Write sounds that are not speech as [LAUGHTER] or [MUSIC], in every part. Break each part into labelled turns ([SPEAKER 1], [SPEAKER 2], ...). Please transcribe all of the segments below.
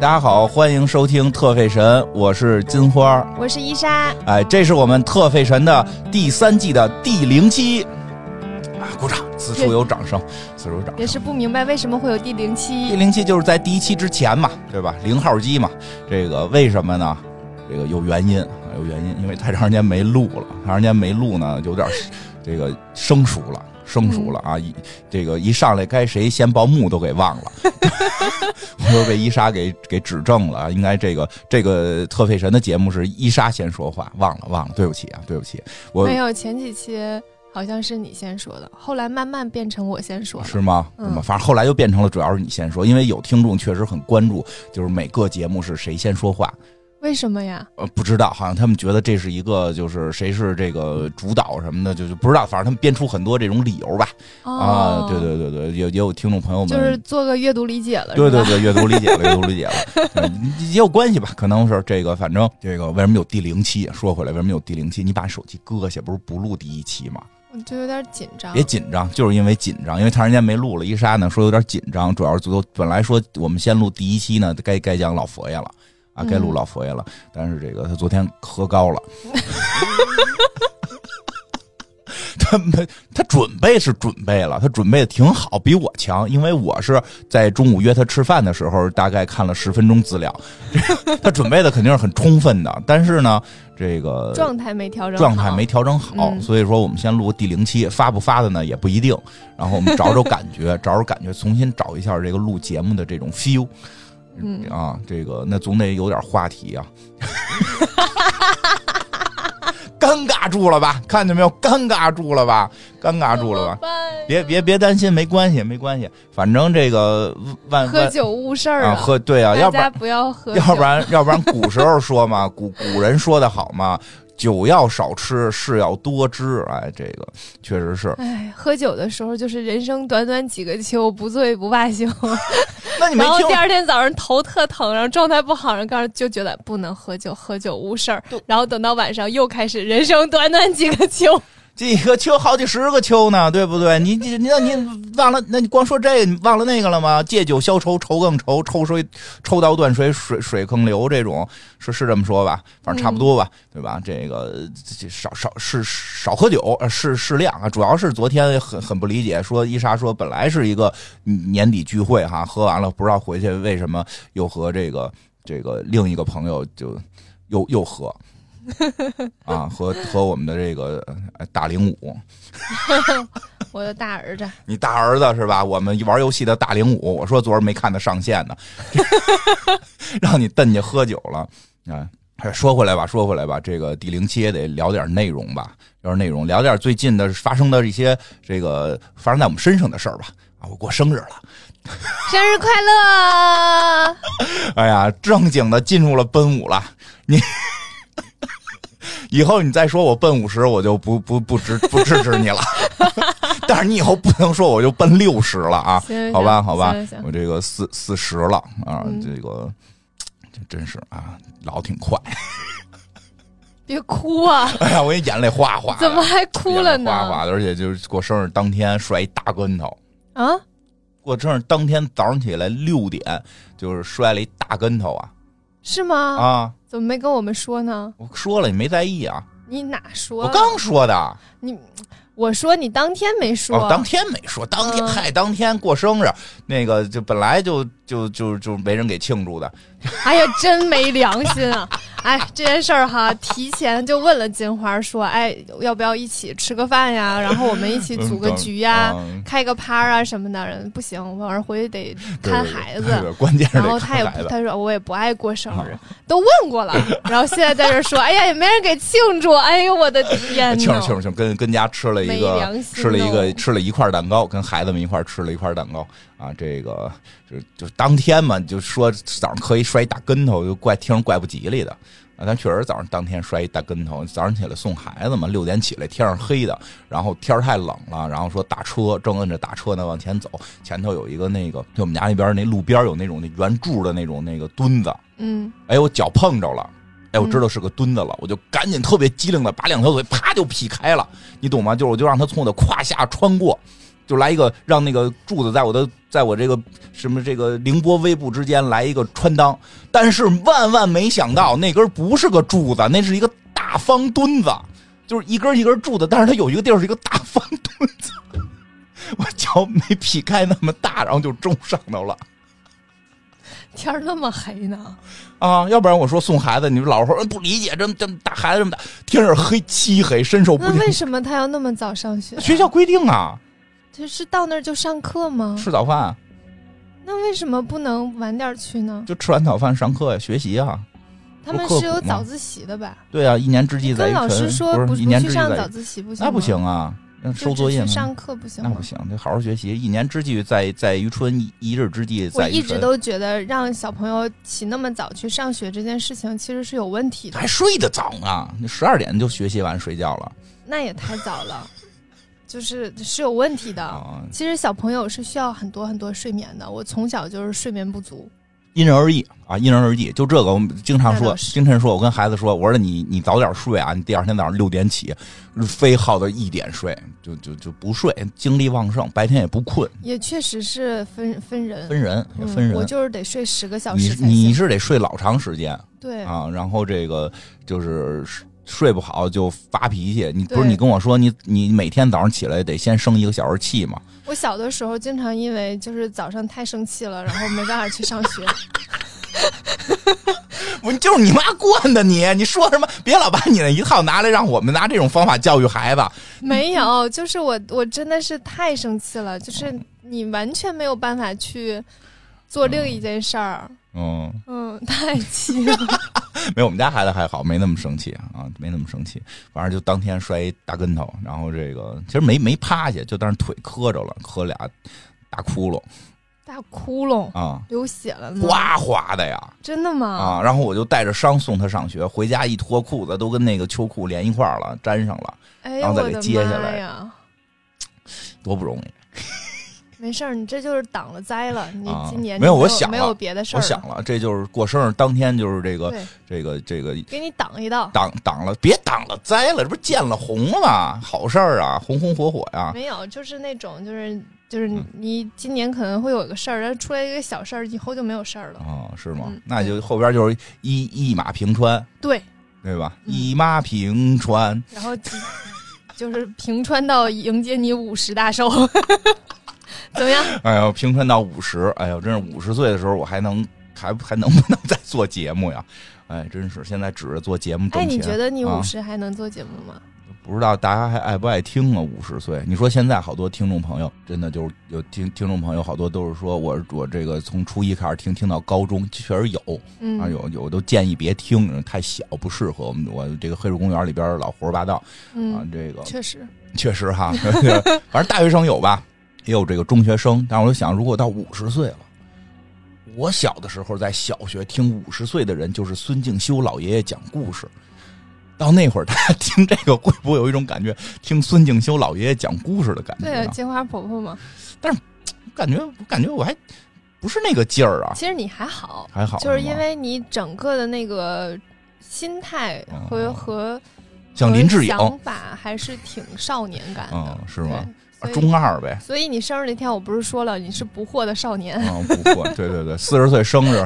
[SPEAKER 1] 大家好，欢迎收听特费神，我是金花。
[SPEAKER 2] 我是伊莎，
[SPEAKER 1] 哎，这是我们特费神的第三季的第零期，啊，鼓掌！此处有掌声，此处有掌
[SPEAKER 2] 也
[SPEAKER 1] 声。
[SPEAKER 2] 是不明白为什么会有第零
[SPEAKER 1] 第
[SPEAKER 2] 期。
[SPEAKER 1] 零期就是在第一期之前嘛，对吧？零号机嘛，这个为什么呢？这个有原因，有原因，因为太长时间没录了，太长时间没录呢，有点儿这个生疏了。生疏了
[SPEAKER 2] 嗯
[SPEAKER 1] 啊！一这个一上来该谁先报幕都给忘了， [LAUGHS] 我都被伊莎给给指正了啊。应该这个这个特费神的节目是伊莎先说话，忘了忘了，对不起啊，对不起，我
[SPEAKER 2] 没有前几期好像是你先说的，后来慢慢变成我先说
[SPEAKER 1] 是
[SPEAKER 2] 的。
[SPEAKER 1] 吗？
[SPEAKER 2] 嗯
[SPEAKER 1] 是吗？反正后来就变成了主要是你先说，因为有听众确实很关注，就是每个节目是谁先说话。
[SPEAKER 2] 为什么呀？
[SPEAKER 1] 呃，不知道，好像他们觉得这是一个，就是谁是这个主导什么的，就就不知道。反正他们编出很多这种理由吧。
[SPEAKER 2] 哦
[SPEAKER 1] 啊，，对，对对对，也也有听众朋友们，
[SPEAKER 2] 就是做个阅读理解了，
[SPEAKER 1] 对
[SPEAKER 2] 是吧
[SPEAKER 1] 对对，阅读理解了，阅读理解
[SPEAKER 2] [LAUGHS]
[SPEAKER 1] 了，嗯也有关系吧？可能是这个，反正这个为什么有第零期？说回来，为什么有第零期？你把手机搁下，不是不录第一期吗？
[SPEAKER 2] 我就有点紧张
[SPEAKER 1] 别。紧张，就是因为紧张，因为长时间没录了。伊莎呢说有点紧张，主要是昨本来说我们先录第一期呢，该该讲老佛爷了啊，该录
[SPEAKER 2] 嗯
[SPEAKER 1] 老佛爷了。但是这个他昨天喝高
[SPEAKER 2] [LAUGHS]
[SPEAKER 1] 了，他没他准备是准备了，他准备的挺好，比我强，因为我是在中午约他吃饭的时候，大概看了十分钟资料， [LAUGHS] 他准备的肯定是很充分的。但是呢，这个
[SPEAKER 2] 状态没调整好，
[SPEAKER 1] 状态没调整好，
[SPEAKER 2] 嗯
[SPEAKER 1] 所以说我们先录第零期，发不发的呢也不一定。然后我们找找感
[SPEAKER 2] [LAUGHS]
[SPEAKER 1] 觉，找找感觉，重新找一下这个录节目的这种 feel。
[SPEAKER 2] 嗯
[SPEAKER 1] 啊，这个那总得有点话题
[SPEAKER 2] [LAUGHS]
[SPEAKER 1] 啊。尴尬住了吧？看见没有？尴尬住了吧？尴尬住了吧？
[SPEAKER 2] 吧
[SPEAKER 1] 别别别担心，没关系，没关系。反正这个万
[SPEAKER 2] 喝
[SPEAKER 1] 万
[SPEAKER 2] 酒误事儿
[SPEAKER 1] 啊，喝对啊，
[SPEAKER 2] 大
[SPEAKER 1] 要不然
[SPEAKER 2] 家不要喝酒， [LAUGHS]
[SPEAKER 1] 要不然，要不然古时候说嘛，古古人说的好嘛，酒要少吃，事要多知。哎，这个确实是。
[SPEAKER 2] 哎，喝酒的时候就是人生短短几个秋，不醉不罢休。
[SPEAKER 1] 那 [LAUGHS] 你没
[SPEAKER 2] 然后
[SPEAKER 1] 听
[SPEAKER 2] 第？二天早上头特疼，然后状态不好，然后刚就觉得不能喝酒，喝酒误事儿。然后等到晚上又开始人生短短几个
[SPEAKER 1] [LAUGHS]
[SPEAKER 2] 秋，
[SPEAKER 1] 这个秋好几十个秋呢，对不对？你你你那你忘了？那你光说这个，你忘了那个了吗？借酒消愁，愁更愁，抽水抽刀断水，水水更流，这种是是这么说吧？反正差不多吧，对吧？这个这少少是少喝酒，呃适适量啊。主要是昨天很很不理解，说伊莎说本来是一个年底聚会哈，喝完了不知道回去为什么又和这个这个另一个朋友就又又喝。 [LAUGHS] 啊，和和我们的这个呃大零五，
[SPEAKER 2] 我的大儿子，
[SPEAKER 1] 你大儿子是吧？我们玩游戏的大零五，我说昨儿没看他上线呢， [LAUGHS] 让你瞪见喝酒了。啊，哎说回来吧，说回来吧，这个第零期也得聊点内容吧，聊点内容，聊点最近的发生的一些这个发生在我们身上的事儿吧。啊，我过生日了，
[SPEAKER 2] 生日快
[SPEAKER 1] [LAUGHS]
[SPEAKER 2] 乐！
[SPEAKER 1] 哎呀，正经的进入了奔五了，你。 [LAUGHS] 以后你再说我奔五十，我就不不不支不支持你了。但是你以后不能说我就奔六十了啊！
[SPEAKER 2] 行
[SPEAKER 1] 好吧，好吧
[SPEAKER 2] 行，行
[SPEAKER 1] 我这个四四十了啊，
[SPEAKER 2] 嗯
[SPEAKER 1] 这个这真是啊，老挺快。 [LAUGHS]
[SPEAKER 2] 别哭啊！
[SPEAKER 1] 哎呀，我也眼泪哗哗的，
[SPEAKER 2] 怎么还哭了呢？
[SPEAKER 1] 眼泪哗哗的，而且就是过生日当天摔一大跟头。
[SPEAKER 2] 啊，
[SPEAKER 1] 过生日当天早上起来六点，就是摔了一大跟头啊
[SPEAKER 2] 是吗？
[SPEAKER 1] 啊！
[SPEAKER 2] 怎么没跟我们说呢？
[SPEAKER 1] 我说了你没在意啊，
[SPEAKER 2] 你哪说
[SPEAKER 1] 我
[SPEAKER 2] 了？
[SPEAKER 1] 刚说的，
[SPEAKER 2] 你我说你当天没说，
[SPEAKER 1] 哦，当天没说，当天
[SPEAKER 2] 嗯
[SPEAKER 1] 嗨，当天过生日，那个就本来就就就就没人给庆祝的，
[SPEAKER 2] 哎呀，真没良心啊！哎，这件事儿哈，提前就问了金花说，哎，要不要一起吃个饭呀？然后我们一起组个局呀、
[SPEAKER 1] 嗯
[SPEAKER 2] 开个趴啊什么的。人不行，我晚上回去得
[SPEAKER 1] 对
[SPEAKER 2] 看
[SPEAKER 1] 对对
[SPEAKER 2] 孩
[SPEAKER 1] 对
[SPEAKER 2] 子。
[SPEAKER 1] 对关键是
[SPEAKER 2] 然
[SPEAKER 1] 得
[SPEAKER 2] 后
[SPEAKER 1] 看
[SPEAKER 2] 他也
[SPEAKER 1] 孩
[SPEAKER 2] 不，
[SPEAKER 1] 子嗯
[SPEAKER 2] 他说我也不爱过生日，都问过了。然后现在在这儿说，哎呀，也没人给庆祝。哎呦，我的天
[SPEAKER 1] 庆
[SPEAKER 2] 呐！
[SPEAKER 1] 庆庆，跟跟家吃了一
[SPEAKER 2] 没
[SPEAKER 1] 个
[SPEAKER 2] 良心
[SPEAKER 1] 吃了一个
[SPEAKER 2] 哦
[SPEAKER 1] 吃了一块蛋糕，跟孩子们一块吃了一块蛋糕啊，这个就就当天嘛，就说早上可以摔一大跟头，就怪听着怪不吉利的啊，但确实早上当天摔一大跟头，早上起来送孩子嘛，六点起来天上黑的，然后天儿太冷了，然后说打车，正摁着打车呢往前走，前头有一个那个就我们家那边那路边有那种那圆柱的那种那个墩子，
[SPEAKER 2] 嗯，
[SPEAKER 1] 哎，我脚碰着了，哎，我知道是个墩子了，我就赶紧特别机灵的把两条腿啪就劈开了，你懂吗？就是我就让他从我的胯下穿过，就来一个让那个柱子在我的在我这个什么这个凌波微步之间来一个穿裆，但是万万没想到那根不是个柱子，那是一个大方墩子，就是一根一根柱子，但是它有一个地儿是一个大方 [LAUGHS] 墩子，我脚没劈开那么大，然后就中上头了。
[SPEAKER 2] [LAUGHS] 天儿那么黑呢，
[SPEAKER 1] 啊，要不然我说送孩子，你们老说嗯不理解，这么这么大孩子这么大，天是黑漆黑，伸手不
[SPEAKER 2] 那
[SPEAKER 1] 见
[SPEAKER 2] 为什么他要那么早上学？
[SPEAKER 1] 学校规定啊，
[SPEAKER 2] 就是到那儿就上课吗？
[SPEAKER 1] 吃早饭
[SPEAKER 2] 那为什么不能晚点儿去呢？
[SPEAKER 1] 就吃完早饭上课呀，学习啊，
[SPEAKER 2] 他们
[SPEAKER 1] 刻
[SPEAKER 2] 是
[SPEAKER 1] 苦
[SPEAKER 2] 有
[SPEAKER 1] 吗
[SPEAKER 2] 早自习的吧？
[SPEAKER 1] 对啊，一年之计在
[SPEAKER 2] 跟
[SPEAKER 1] 于
[SPEAKER 2] 老
[SPEAKER 1] 晨，
[SPEAKER 2] 师说
[SPEAKER 1] 不
[SPEAKER 2] 不
[SPEAKER 1] 是一
[SPEAKER 2] 不
[SPEAKER 1] 年之
[SPEAKER 2] 去
[SPEAKER 1] 计
[SPEAKER 2] 上
[SPEAKER 1] 在于
[SPEAKER 2] 早自习不行吗？
[SPEAKER 1] 那不行啊，那
[SPEAKER 2] 就
[SPEAKER 1] 收
[SPEAKER 2] 只
[SPEAKER 1] 作业
[SPEAKER 2] 去
[SPEAKER 1] 呢
[SPEAKER 2] 上，课不行
[SPEAKER 1] 那
[SPEAKER 2] 吗？
[SPEAKER 1] 不行，得好好学习，一年之计在在于春，一一日之计
[SPEAKER 2] 我
[SPEAKER 1] 在于
[SPEAKER 2] 一直
[SPEAKER 1] 晨。
[SPEAKER 2] 都觉得让小朋友起那么早去上学这件事情其实是有问题的，
[SPEAKER 1] 还睡得早呢，你十二点就学习完睡觉了
[SPEAKER 2] 那也太早了，就是是有问题的。
[SPEAKER 1] 啊，
[SPEAKER 2] 其实小朋友是需要很多很多睡眠的，我从小就是睡眠不足。
[SPEAKER 1] 因人而异啊，因人而异。就这个，我们经常
[SPEAKER 2] 那
[SPEAKER 1] 说，
[SPEAKER 2] 倒是
[SPEAKER 1] 经常说，我跟孩子说，我说你你早点睡啊，你第二天早上六点起，非耗到一点睡，就就就不睡，精力旺盛，白天也不困，
[SPEAKER 2] 也确实是分分人，
[SPEAKER 1] 分人也
[SPEAKER 2] 嗯
[SPEAKER 1] 分人。
[SPEAKER 2] 我就是得睡十个小
[SPEAKER 1] 你
[SPEAKER 2] 时才
[SPEAKER 1] 你
[SPEAKER 2] 行。
[SPEAKER 1] 是得睡老长时间
[SPEAKER 2] 对，
[SPEAKER 1] 啊，然后这个就是睡不好就发脾气。你不是
[SPEAKER 2] 对
[SPEAKER 1] 你跟我说你你每天早上起来得先生一个小时气吗？
[SPEAKER 2] 我小的时候经常因为就是早上太生气了，然后没办法去上学。
[SPEAKER 1] 我就是你妈惯的你，你说什么？别老把你那一套拿来让我们拿这种方法教育孩子。 [LAUGHS]
[SPEAKER 2] 没有，就是我我真的是太生气了，就是你完全没有办法去做另一件事儿，
[SPEAKER 1] 嗯，
[SPEAKER 2] 嗯，
[SPEAKER 1] [LAUGHS]
[SPEAKER 2] 太气了。
[SPEAKER 1] 没有，我们家孩子还好，没那么生气啊，没那么生气。反正就当天摔一大跟头，然后这个其实没没趴下，就但是腿磕着了，磕俩大窟窿
[SPEAKER 2] 大窟窿
[SPEAKER 1] 啊，
[SPEAKER 2] 流血了吗？
[SPEAKER 1] 哗哗的呀
[SPEAKER 2] 真的吗？
[SPEAKER 1] 啊！然后我就带着伤送他上学，回家一脱裤子都跟那个秋裤连一块儿了，粘上了，
[SPEAKER 2] 哎
[SPEAKER 1] 然
[SPEAKER 2] 呦
[SPEAKER 1] 后再
[SPEAKER 2] 我
[SPEAKER 1] 给
[SPEAKER 2] 的
[SPEAKER 1] 接下
[SPEAKER 2] 妈
[SPEAKER 1] 来
[SPEAKER 2] 呀！
[SPEAKER 1] 多不容易。
[SPEAKER 2] 没事儿，你这就是挡了灾了。你
[SPEAKER 1] 啊
[SPEAKER 2] 今年
[SPEAKER 1] 没
[SPEAKER 2] 没
[SPEAKER 1] 有我想
[SPEAKER 2] 没
[SPEAKER 1] 了
[SPEAKER 2] 有别的事
[SPEAKER 1] 我
[SPEAKER 2] 儿了，
[SPEAKER 1] 想了，这就是过生日当天，就是这个
[SPEAKER 2] 对，
[SPEAKER 1] 这个这个
[SPEAKER 2] 给你挡一道。
[SPEAKER 1] 挡挡了，别挡了灾了，这不是见了红了吗？好事儿啊，嗯红红火火呀、
[SPEAKER 2] 没有，就是那种，就是就是你今年可能会有个事儿，然后出来一个小事儿，以后就没有事儿了。
[SPEAKER 1] 哦，是吗？
[SPEAKER 2] 嗯
[SPEAKER 1] 那就后边就是一一马平川，
[SPEAKER 2] 对，
[SPEAKER 1] 对吧？
[SPEAKER 2] 嗯
[SPEAKER 1] 一马平川，
[SPEAKER 2] 然后就就是平川到迎接你五十大寿， [LAUGHS] 怎么
[SPEAKER 1] [LAUGHS]
[SPEAKER 2] 样？
[SPEAKER 1] 哎呦，平川到五十，哎呦，真是五十岁的时候，我还能还还能不能再做节目呀？哎，真是现在指着做节目挣
[SPEAKER 2] 哎，
[SPEAKER 1] 钱。
[SPEAKER 2] 你觉得你
[SPEAKER 1] 啊
[SPEAKER 2] 五十还能做节目吗？
[SPEAKER 1] 不知道大家还爱不爱听啊？五十岁，你说现在好多听众朋友，真的就是有听听众朋友，好多都是说我我这个从初一开始听，听到高中，确实有，
[SPEAKER 2] 嗯，
[SPEAKER 1] 啊，有有都建议别听，太小不适合我们。我这个黑水公园里边老胡说八道啊
[SPEAKER 2] 嗯，，
[SPEAKER 1] 这个
[SPEAKER 2] 确实，
[SPEAKER 1] [LAUGHS] 确实哈，反正大学生有吧，也有这个中学生。但我就想，如果到五十岁了，我小的时候在小学听五十岁的人，就是孙敬修老爷爷讲故事。到那会儿，大家听这个会不会有一种感觉，听孙敬修老爷爷讲故事的感觉
[SPEAKER 2] 对，啊
[SPEAKER 1] 呢？
[SPEAKER 2] 金花婆婆嘛，
[SPEAKER 1] 感觉感觉我还不是那个劲儿啊，
[SPEAKER 2] 其实你还好，
[SPEAKER 1] 还好吗，
[SPEAKER 2] 就是因为你整个的那个心态和、
[SPEAKER 1] 哦
[SPEAKER 2] 和
[SPEAKER 1] 像林志颖，
[SPEAKER 2] 想法还是挺少年感的
[SPEAKER 1] 嗯，，是吗？啊
[SPEAKER 2] 对？所以
[SPEAKER 1] 中二呗，
[SPEAKER 2] 所以你生日那天，我不是说了你是不惑的少
[SPEAKER 1] [LAUGHS]
[SPEAKER 2] 年，
[SPEAKER 1] 啊、不惑，对对对，四十岁生日，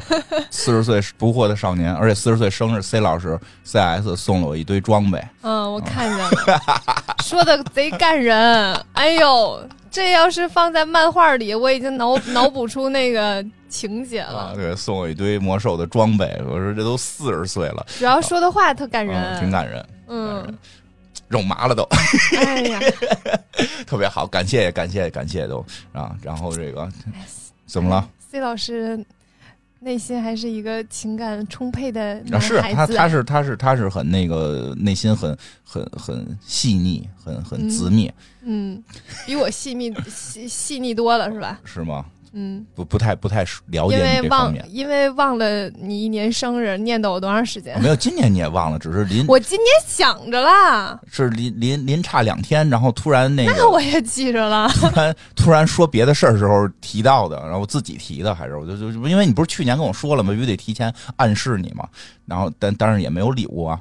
[SPEAKER 1] 四十岁不惑的少年，而且四十岁生日，C 老师 CS 送了我一堆装备，
[SPEAKER 2] 嗯，我看见了，哦 [LAUGHS] 说的贼感人。哎呦，这要是放在漫画里，我已经 [LAUGHS] 脑脑补出那个情节
[SPEAKER 1] 啊，
[SPEAKER 2] 了。
[SPEAKER 1] 对，送我一堆魔兽的装备，我说这都四十岁了，
[SPEAKER 2] 主要说的话特感
[SPEAKER 1] 啊挺
[SPEAKER 2] 人，
[SPEAKER 1] 感人，
[SPEAKER 2] 嗯，
[SPEAKER 1] 肉麻了都， [LAUGHS]
[SPEAKER 2] 哎呀，
[SPEAKER 1] 特别好，感谢感谢感谢都啊，然后这个
[SPEAKER 2] 哎
[SPEAKER 1] 怎么了？啊
[SPEAKER 2] ？C 老师内心还是一个情感充沛的
[SPEAKER 1] 啊，
[SPEAKER 2] 男
[SPEAKER 1] 是
[SPEAKER 2] 孩
[SPEAKER 1] 他，
[SPEAKER 2] 子，
[SPEAKER 1] 他是他是他是很那个内心很很很细腻，很很
[SPEAKER 2] 嗯
[SPEAKER 1] 直密，
[SPEAKER 2] 嗯，比我细密 [LAUGHS] 细细腻多了，是吧？
[SPEAKER 1] 是吗？
[SPEAKER 2] 嗯，
[SPEAKER 1] 不不太不太了
[SPEAKER 2] 因
[SPEAKER 1] 解
[SPEAKER 2] 为
[SPEAKER 1] 你这方
[SPEAKER 2] 忘
[SPEAKER 1] 面，
[SPEAKER 2] 因为忘了你一年生日，念叨我多长时间
[SPEAKER 1] 啊？没有，今年你也忘了，只是临
[SPEAKER 2] [LAUGHS] 我今年想着啦，
[SPEAKER 1] 是临临临差两天，然后突然那
[SPEAKER 2] 那
[SPEAKER 1] 个
[SPEAKER 2] [LAUGHS] 我也记着了。
[SPEAKER 1] 突然突然说别的事儿时候提到的，然后我自己提的，还是我就就
[SPEAKER 2] [LAUGHS]
[SPEAKER 1] 就因为你不是去年跟我说了吗？必须得提前暗示你嘛。然后但但是也没有礼物啊，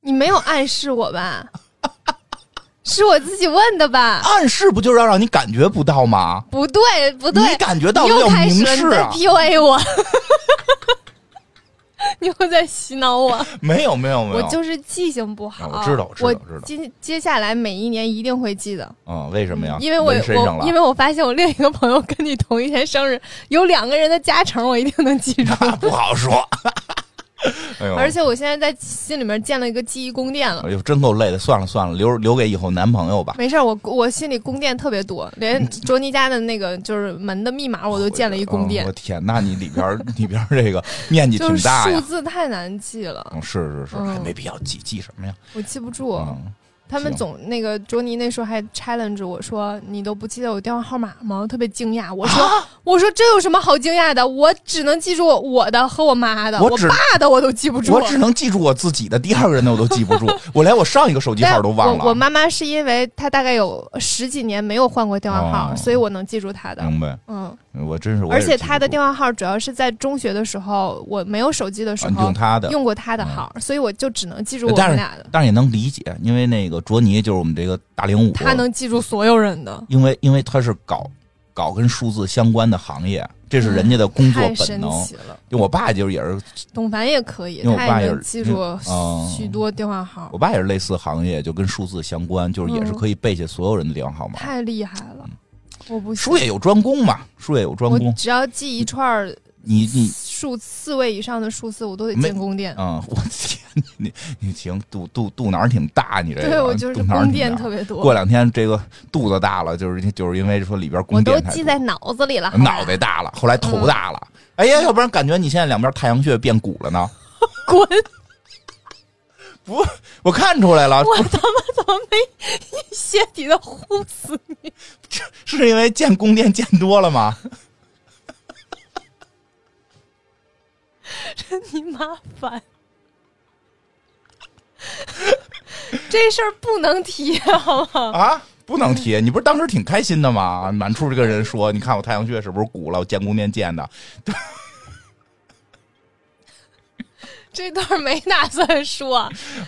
[SPEAKER 2] 你没有暗示我吧？是我自己问的吧？
[SPEAKER 1] 暗示不就是要让你感觉不到吗？
[SPEAKER 2] 不对，不对，
[SPEAKER 1] 你感觉到
[SPEAKER 2] 你
[SPEAKER 1] 了
[SPEAKER 2] 又
[SPEAKER 1] 要
[SPEAKER 2] 开始
[SPEAKER 1] 明
[SPEAKER 2] 了，你
[SPEAKER 1] 示
[SPEAKER 2] 在
[SPEAKER 1] 啊？
[SPEAKER 2] PUA 我，你又在洗脑我。
[SPEAKER 1] 没有没有没
[SPEAKER 2] 我
[SPEAKER 1] 有，
[SPEAKER 2] 就是记性不好，
[SPEAKER 1] 啊我知道我知道知道
[SPEAKER 2] 接接下来每一年一定会记得，
[SPEAKER 1] 嗯，为什么呀？
[SPEAKER 2] 因为我
[SPEAKER 1] 纹身上
[SPEAKER 2] 我
[SPEAKER 1] 了
[SPEAKER 2] 因为我发现我另一个朋友跟你同一天生日，有两个人的加成，我一定能记住。
[SPEAKER 1] [LAUGHS] 不好说。哎呦，
[SPEAKER 2] 而且我现在在心里面建了一个记忆宫殿了
[SPEAKER 1] 哎。呦，真够累的，算了算了，留留给以后男朋友吧。
[SPEAKER 2] 没事儿，我我心里宫殿特别多，
[SPEAKER 1] 嗯
[SPEAKER 2] 连卓尼家的那个就是门的密码我都建了一宫
[SPEAKER 1] 嗯
[SPEAKER 2] 殿
[SPEAKER 1] 我，天，那你里边儿 [LAUGHS] 里边儿这个面积
[SPEAKER 2] 就
[SPEAKER 1] 挺
[SPEAKER 2] 是
[SPEAKER 1] 大
[SPEAKER 2] 数
[SPEAKER 1] 呀。
[SPEAKER 2] 字太难记了，
[SPEAKER 1] 嗯，是是是，
[SPEAKER 2] 嗯
[SPEAKER 1] 哎没必要记记什么呀？
[SPEAKER 2] 我记不住。
[SPEAKER 1] 嗯，
[SPEAKER 2] 他们
[SPEAKER 1] 行
[SPEAKER 2] 总那个卓尼那时候还 challenge 我说：“你都不记得我电话号码吗？”我特别惊讶。我说：“
[SPEAKER 1] 啊
[SPEAKER 2] 我说这有什么好惊讶的？我只能记住我的和我妈的，
[SPEAKER 1] 我
[SPEAKER 2] 我
[SPEAKER 1] 只
[SPEAKER 2] 爸的我都记不住。
[SPEAKER 1] 我只能记住我自己的，第二个人的我都记不
[SPEAKER 2] [LAUGHS]
[SPEAKER 1] 住，我连我上一个手机
[SPEAKER 2] 但
[SPEAKER 1] 号都忘
[SPEAKER 2] 我。我
[SPEAKER 1] 了。
[SPEAKER 2] 妈妈是因为她大概有十几年没有换过电话号，
[SPEAKER 1] 哦
[SPEAKER 2] 所以我能记住她的。
[SPEAKER 1] 明白，
[SPEAKER 2] 嗯，
[SPEAKER 1] 我真是。我
[SPEAKER 2] 而
[SPEAKER 1] 也
[SPEAKER 2] 且
[SPEAKER 1] 记
[SPEAKER 2] 她
[SPEAKER 1] 不
[SPEAKER 2] 的
[SPEAKER 1] 住
[SPEAKER 2] 电话号主要是在中学的时候，我没有手机的时
[SPEAKER 1] 啊你
[SPEAKER 2] 候
[SPEAKER 1] 用他的，嗯呃
[SPEAKER 2] 用过她的号，所以我就只能记住我
[SPEAKER 1] 但
[SPEAKER 2] 们
[SPEAKER 1] 是
[SPEAKER 2] 俩的。
[SPEAKER 1] 但是也能理解，因为那个卓尼就是我们这个大零五，
[SPEAKER 2] 她能记住所有人的，
[SPEAKER 1] 因为因为他是搞搞跟数字相关的行业，这是人家的工作
[SPEAKER 2] 嗯太
[SPEAKER 1] 本
[SPEAKER 2] 神
[SPEAKER 1] 能。
[SPEAKER 2] 奇了。
[SPEAKER 1] 因为我爸就是也是，
[SPEAKER 2] 董凡也可以，
[SPEAKER 1] 因为我
[SPEAKER 2] 他
[SPEAKER 1] 爸也
[SPEAKER 2] 能
[SPEAKER 1] 是
[SPEAKER 2] 记
[SPEAKER 1] 因为
[SPEAKER 2] 住
[SPEAKER 1] 哦
[SPEAKER 2] 许多电话号
[SPEAKER 1] 我，爸也是类似行业，就跟数字相关，就是也是可以背下所有人的电话号码。
[SPEAKER 2] 嗯太厉害了！
[SPEAKER 1] 嗯
[SPEAKER 2] 我不行
[SPEAKER 1] 术，业有专攻嘛，术业有专
[SPEAKER 2] 我
[SPEAKER 1] 攻。
[SPEAKER 2] 只要记一串儿
[SPEAKER 1] 你你
[SPEAKER 2] 数四位以上的数字，我都得
[SPEAKER 1] 没
[SPEAKER 2] 进宫殿。
[SPEAKER 1] 嗯， [LAUGHS] 我天，你你行，肚肚肚腩儿挺大，你这个
[SPEAKER 2] 对，我就是
[SPEAKER 1] 肚腩儿
[SPEAKER 2] 宫
[SPEAKER 1] 挺
[SPEAKER 2] 殿
[SPEAKER 1] 大
[SPEAKER 2] 特别
[SPEAKER 1] 过
[SPEAKER 2] 多，
[SPEAKER 1] 两天这个肚子大了，就是就是因为说里边
[SPEAKER 2] 我
[SPEAKER 1] 宫
[SPEAKER 2] 都
[SPEAKER 1] 殿太
[SPEAKER 2] 记
[SPEAKER 1] 多
[SPEAKER 2] 在脑子里了。好吧
[SPEAKER 1] 脑袋大了，后来头
[SPEAKER 2] 嗯
[SPEAKER 1] 大了。哎呀，要不然感觉你现在两边太阳穴变鼓了呢。
[SPEAKER 2] 滚！
[SPEAKER 1] 我看出来了，
[SPEAKER 2] 我他妈怎么没 [LAUGHS] 一鞋底的呼死你？
[SPEAKER 1] 是因为建宫殿建多了吗？
[SPEAKER 2] [LAUGHS] 你妈烦！这事儿不能提，好吗？
[SPEAKER 1] 啊，不能提。你不是当时挺开心的吗？满处这个人说，你看我太阳穴是不是鼓了？我建宫殿建的，
[SPEAKER 2] 这段儿没打算说。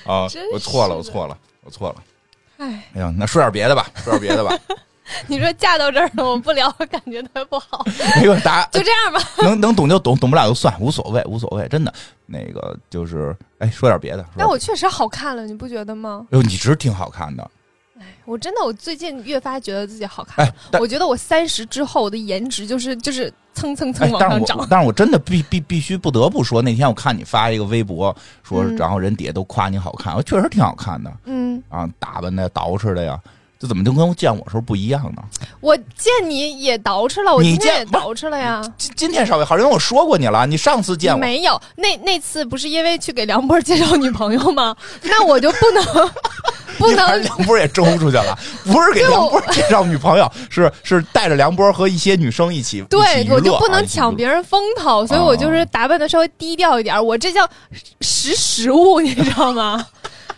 [SPEAKER 1] 啊
[SPEAKER 2] 真，
[SPEAKER 1] 我错
[SPEAKER 2] 是
[SPEAKER 1] 了，
[SPEAKER 2] 的
[SPEAKER 1] 我错了，我错了。
[SPEAKER 2] 哎，
[SPEAKER 1] 哎呀，那说点别的吧，说点别的
[SPEAKER 2] [LAUGHS]
[SPEAKER 1] 吧。
[SPEAKER 2] 你说嫁到这儿了，我不聊，我感觉特别不好。
[SPEAKER 1] 没有，大家
[SPEAKER 2] 就这样吧，
[SPEAKER 1] [LAUGHS] 能能懂就懂，懂不了就算，无所谓，无所谓，真的。那个就是，哎，说点别的。说点
[SPEAKER 2] 但我确实好看了，你不觉得吗？
[SPEAKER 1] 哟，你是挺好看的，
[SPEAKER 2] 我真的，我最近越发觉得自己好看。
[SPEAKER 1] 哎，但
[SPEAKER 2] 我觉得我三十之后，我的颜值就是就是蹭蹭蹭
[SPEAKER 1] 哎，
[SPEAKER 2] 往
[SPEAKER 1] 但
[SPEAKER 2] 上
[SPEAKER 1] 是
[SPEAKER 2] 涨
[SPEAKER 1] 我。但是我真的必必必须不得不说，那天我看你发一个微博，说
[SPEAKER 2] 嗯
[SPEAKER 1] 然后人底下都夸你好看，我确实挺好看的
[SPEAKER 2] 嗯，
[SPEAKER 1] 啊，打扮的捯饬的呀，这怎么就跟见我时候不一样呢？
[SPEAKER 2] 我见你也捯饬了，我
[SPEAKER 1] 你
[SPEAKER 2] 今天也
[SPEAKER 1] 见不是
[SPEAKER 2] 捯饬了呀。
[SPEAKER 1] 今今天稍微好，因为我说过你了，你上次见
[SPEAKER 2] 你
[SPEAKER 1] 我，
[SPEAKER 2] 没有，那那次不是因为去给梁波介绍女朋友吗？ [LAUGHS] 那我就
[SPEAKER 1] [LAUGHS]
[SPEAKER 2] 不能不
[SPEAKER 1] 你把
[SPEAKER 2] 能
[SPEAKER 1] 梁波也周出去了，
[SPEAKER 2] [LAUGHS]
[SPEAKER 1] 不是给
[SPEAKER 2] 对
[SPEAKER 1] 梁
[SPEAKER 2] 我
[SPEAKER 1] 波介绍女朋友，是是带着梁波和一些女生一起，一
[SPEAKER 2] 对
[SPEAKER 1] 起娱乐
[SPEAKER 2] 我就不能
[SPEAKER 1] 啊
[SPEAKER 2] 抢
[SPEAKER 1] 一起娱乐哦
[SPEAKER 2] 别人风头，所以我就是打扮的稍微低调一点儿。我这叫识时务， [LAUGHS] 你知道吗？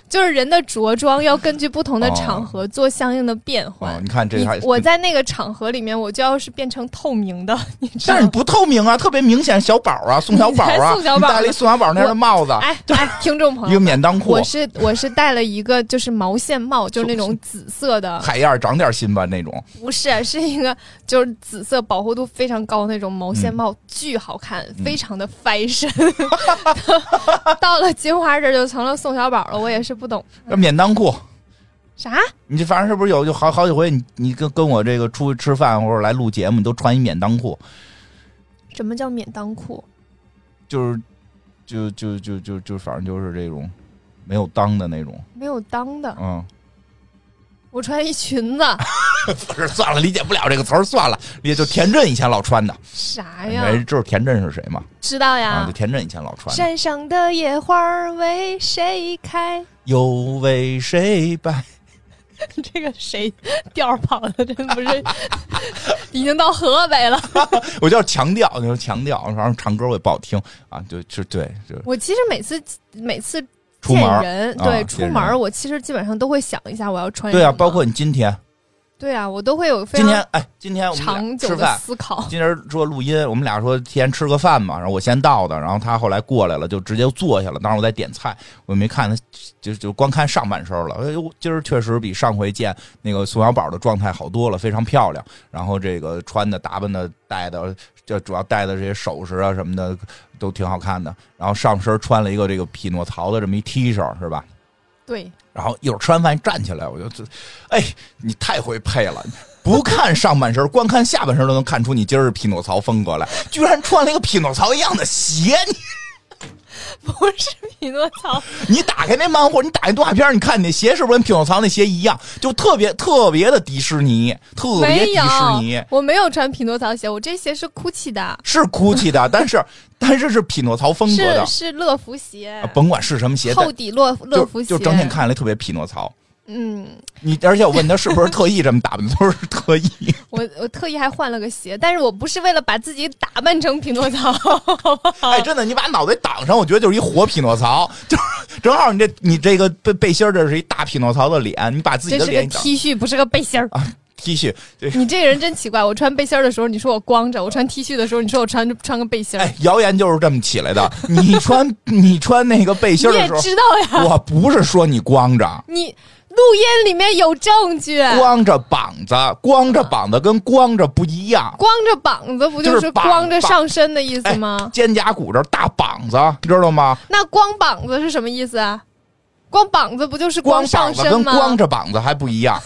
[SPEAKER 2] 就是人的着装要根据不同的场合做相应的变
[SPEAKER 1] 啊！
[SPEAKER 2] 换。
[SPEAKER 1] 你看这
[SPEAKER 2] 你
[SPEAKER 1] 还
[SPEAKER 2] 我在那个场合里面，我就要是变成透明的， [LAUGHS] 你知
[SPEAKER 1] 但
[SPEAKER 2] 道
[SPEAKER 1] 是你
[SPEAKER 2] 吗？
[SPEAKER 1] 不透明啊，特别明显。小宝啊，宋小宝
[SPEAKER 2] 你
[SPEAKER 1] 啊，
[SPEAKER 2] 才宋小宝呢
[SPEAKER 1] 你戴了一宋小宝那样的帽子，
[SPEAKER 2] 哎哎，听众朋
[SPEAKER 1] 一
[SPEAKER 2] 友
[SPEAKER 1] 个，免裆裤
[SPEAKER 2] 我，是我是戴了一个就是毛线帽，就是那种紫
[SPEAKER 1] [LAUGHS]
[SPEAKER 2] 色的，
[SPEAKER 1] 海燕儿长点心吧那种。
[SPEAKER 2] 不是 [LAUGHS] 是一个就是紫色饱和度非常高的那种
[SPEAKER 1] 嗯
[SPEAKER 2] 毛线帽，巨好看，非常的 fashion。到了金花这儿就成了宋小宝了，我也是不懂
[SPEAKER 1] 要免裆裤，
[SPEAKER 2] 啥。
[SPEAKER 1] 你这反正是不是有就好好几回你你跟跟我这个出去吃饭或者来录节目，你都穿一免裆裤，
[SPEAKER 2] 什么叫免裆裤？
[SPEAKER 1] 就是就就就就就反正就是这种没有裆的那种，
[SPEAKER 2] 没有裆的，
[SPEAKER 1] 嗯，
[SPEAKER 2] 我穿一裙子，
[SPEAKER 1] [LAUGHS] 不是算了，理解不了这个词儿，算了，也就田震以前老穿的，
[SPEAKER 2] 啥
[SPEAKER 1] 你
[SPEAKER 2] 呀？
[SPEAKER 1] 们知道田震是谁吗？
[SPEAKER 2] 知道
[SPEAKER 1] 啊，
[SPEAKER 2] 呀
[SPEAKER 1] 就。田震以前老穿的，
[SPEAKER 2] 山上的野花儿为谁开？ [LAUGHS]
[SPEAKER 1] 又为谁白？
[SPEAKER 2] 这个谁调儿跑的，真不是， [LAUGHS] 已经到河北了。
[SPEAKER 1] [LAUGHS] 我就要强调，就是强调，反正唱歌我也不好听啊，就就对，就
[SPEAKER 2] 我其实每次每次
[SPEAKER 1] 出门
[SPEAKER 2] 见
[SPEAKER 1] 儿
[SPEAKER 2] 人，
[SPEAKER 1] 啊
[SPEAKER 2] 对，
[SPEAKER 1] 见
[SPEAKER 2] 出门
[SPEAKER 1] 人
[SPEAKER 2] 儿，我其实基本上都会想一下我要穿
[SPEAKER 1] 对啊，
[SPEAKER 2] 什么
[SPEAKER 1] 包括你今天，
[SPEAKER 2] 对啊，我都会有非
[SPEAKER 1] 今天
[SPEAKER 2] 常
[SPEAKER 1] 哎，今天我们
[SPEAKER 2] 长
[SPEAKER 1] 俩吃
[SPEAKER 2] 久
[SPEAKER 1] 饭
[SPEAKER 2] 的，思考。
[SPEAKER 1] 今儿说录音，我们俩说提前吃个饭嘛，然后我先到的，然后他后来过来了，就直接坐下了。当时我在点菜，我没看他，就就光看上半身了。哎呦，今儿确实比上回见那个宋小宝的状态好多了，非常漂亮。然后这个穿的、打扮的、戴的，就主要戴的这些首饰啊什么的都挺好看的。然后上身穿了一个这个匹诺曹的这么一 T 恤，是吧？
[SPEAKER 2] 对， [LAUGHS]
[SPEAKER 1] 然后一会儿吃完饭站起来，我就这，哎，你太会配了。不看上半身，光看下半身都能看出你今儿是匹诺曹风格来，居然穿了一个匹诺曹一样的鞋。
[SPEAKER 2] 不是匹诺曹，
[SPEAKER 1] 你你打开那漫画，你打开动画片，你看你那鞋是不是跟匹诺曹那鞋一样？就特别特别的迪士尼， [LAUGHS] 特别
[SPEAKER 2] 没
[SPEAKER 1] 迪
[SPEAKER 2] 有
[SPEAKER 1] 士尼，
[SPEAKER 2] 我没有穿匹诺曹鞋，我这鞋是 GUCCI 的，
[SPEAKER 1] 是 GUCCI 的，但是 [LAUGHS] 但是是匹诺曹风格的
[SPEAKER 2] 是，是乐福鞋，
[SPEAKER 1] 啊甭管是什么鞋，但
[SPEAKER 2] 厚底乐乐福
[SPEAKER 1] 就就
[SPEAKER 2] 鞋，
[SPEAKER 1] 整体看来特别匹诺曹。
[SPEAKER 2] 嗯，
[SPEAKER 1] 你而且我问他是不是特意这么打扮，都是特意。
[SPEAKER 2] 我我特意还换了个鞋，但是我不是为了把自己打扮成匹诺曹，好不好？
[SPEAKER 1] 哎，真的，你把脑袋挡上，我觉得就是一活匹诺曹，就是正好你这你这个背背心儿这是一大匹诺曹的脸，你把自己
[SPEAKER 2] 这
[SPEAKER 1] 的
[SPEAKER 2] 是个
[SPEAKER 1] 脸啊挡
[SPEAKER 2] T 恤，不是个背心儿。
[SPEAKER 1] T 恤，对，
[SPEAKER 2] 你这个人真奇怪，我穿背心儿的时候你说我光着，我穿 T 恤的时候你说我穿穿个背心儿，
[SPEAKER 1] 哎，谣言就是这么起来的。你穿你穿那个背心儿
[SPEAKER 2] 你
[SPEAKER 1] 的
[SPEAKER 2] 也
[SPEAKER 1] 时候，
[SPEAKER 2] 知啊道呀，
[SPEAKER 1] 我不是说你光着。
[SPEAKER 2] 你录音里面有证据，
[SPEAKER 1] 光着膀子，光着膀子跟光着不一样，
[SPEAKER 2] 光着膀子不
[SPEAKER 1] 就是是膀
[SPEAKER 2] 光着上身的意思吗？
[SPEAKER 1] 肩胛骨这儿大膀子，你知道吗？
[SPEAKER 2] 那光膀子是什么意思啊？光膀子不就是
[SPEAKER 1] 光膀
[SPEAKER 2] 上
[SPEAKER 1] 子
[SPEAKER 2] 身
[SPEAKER 1] 跟
[SPEAKER 2] 吗？
[SPEAKER 1] 光着膀子还不
[SPEAKER 2] [LAUGHS]
[SPEAKER 1] 一样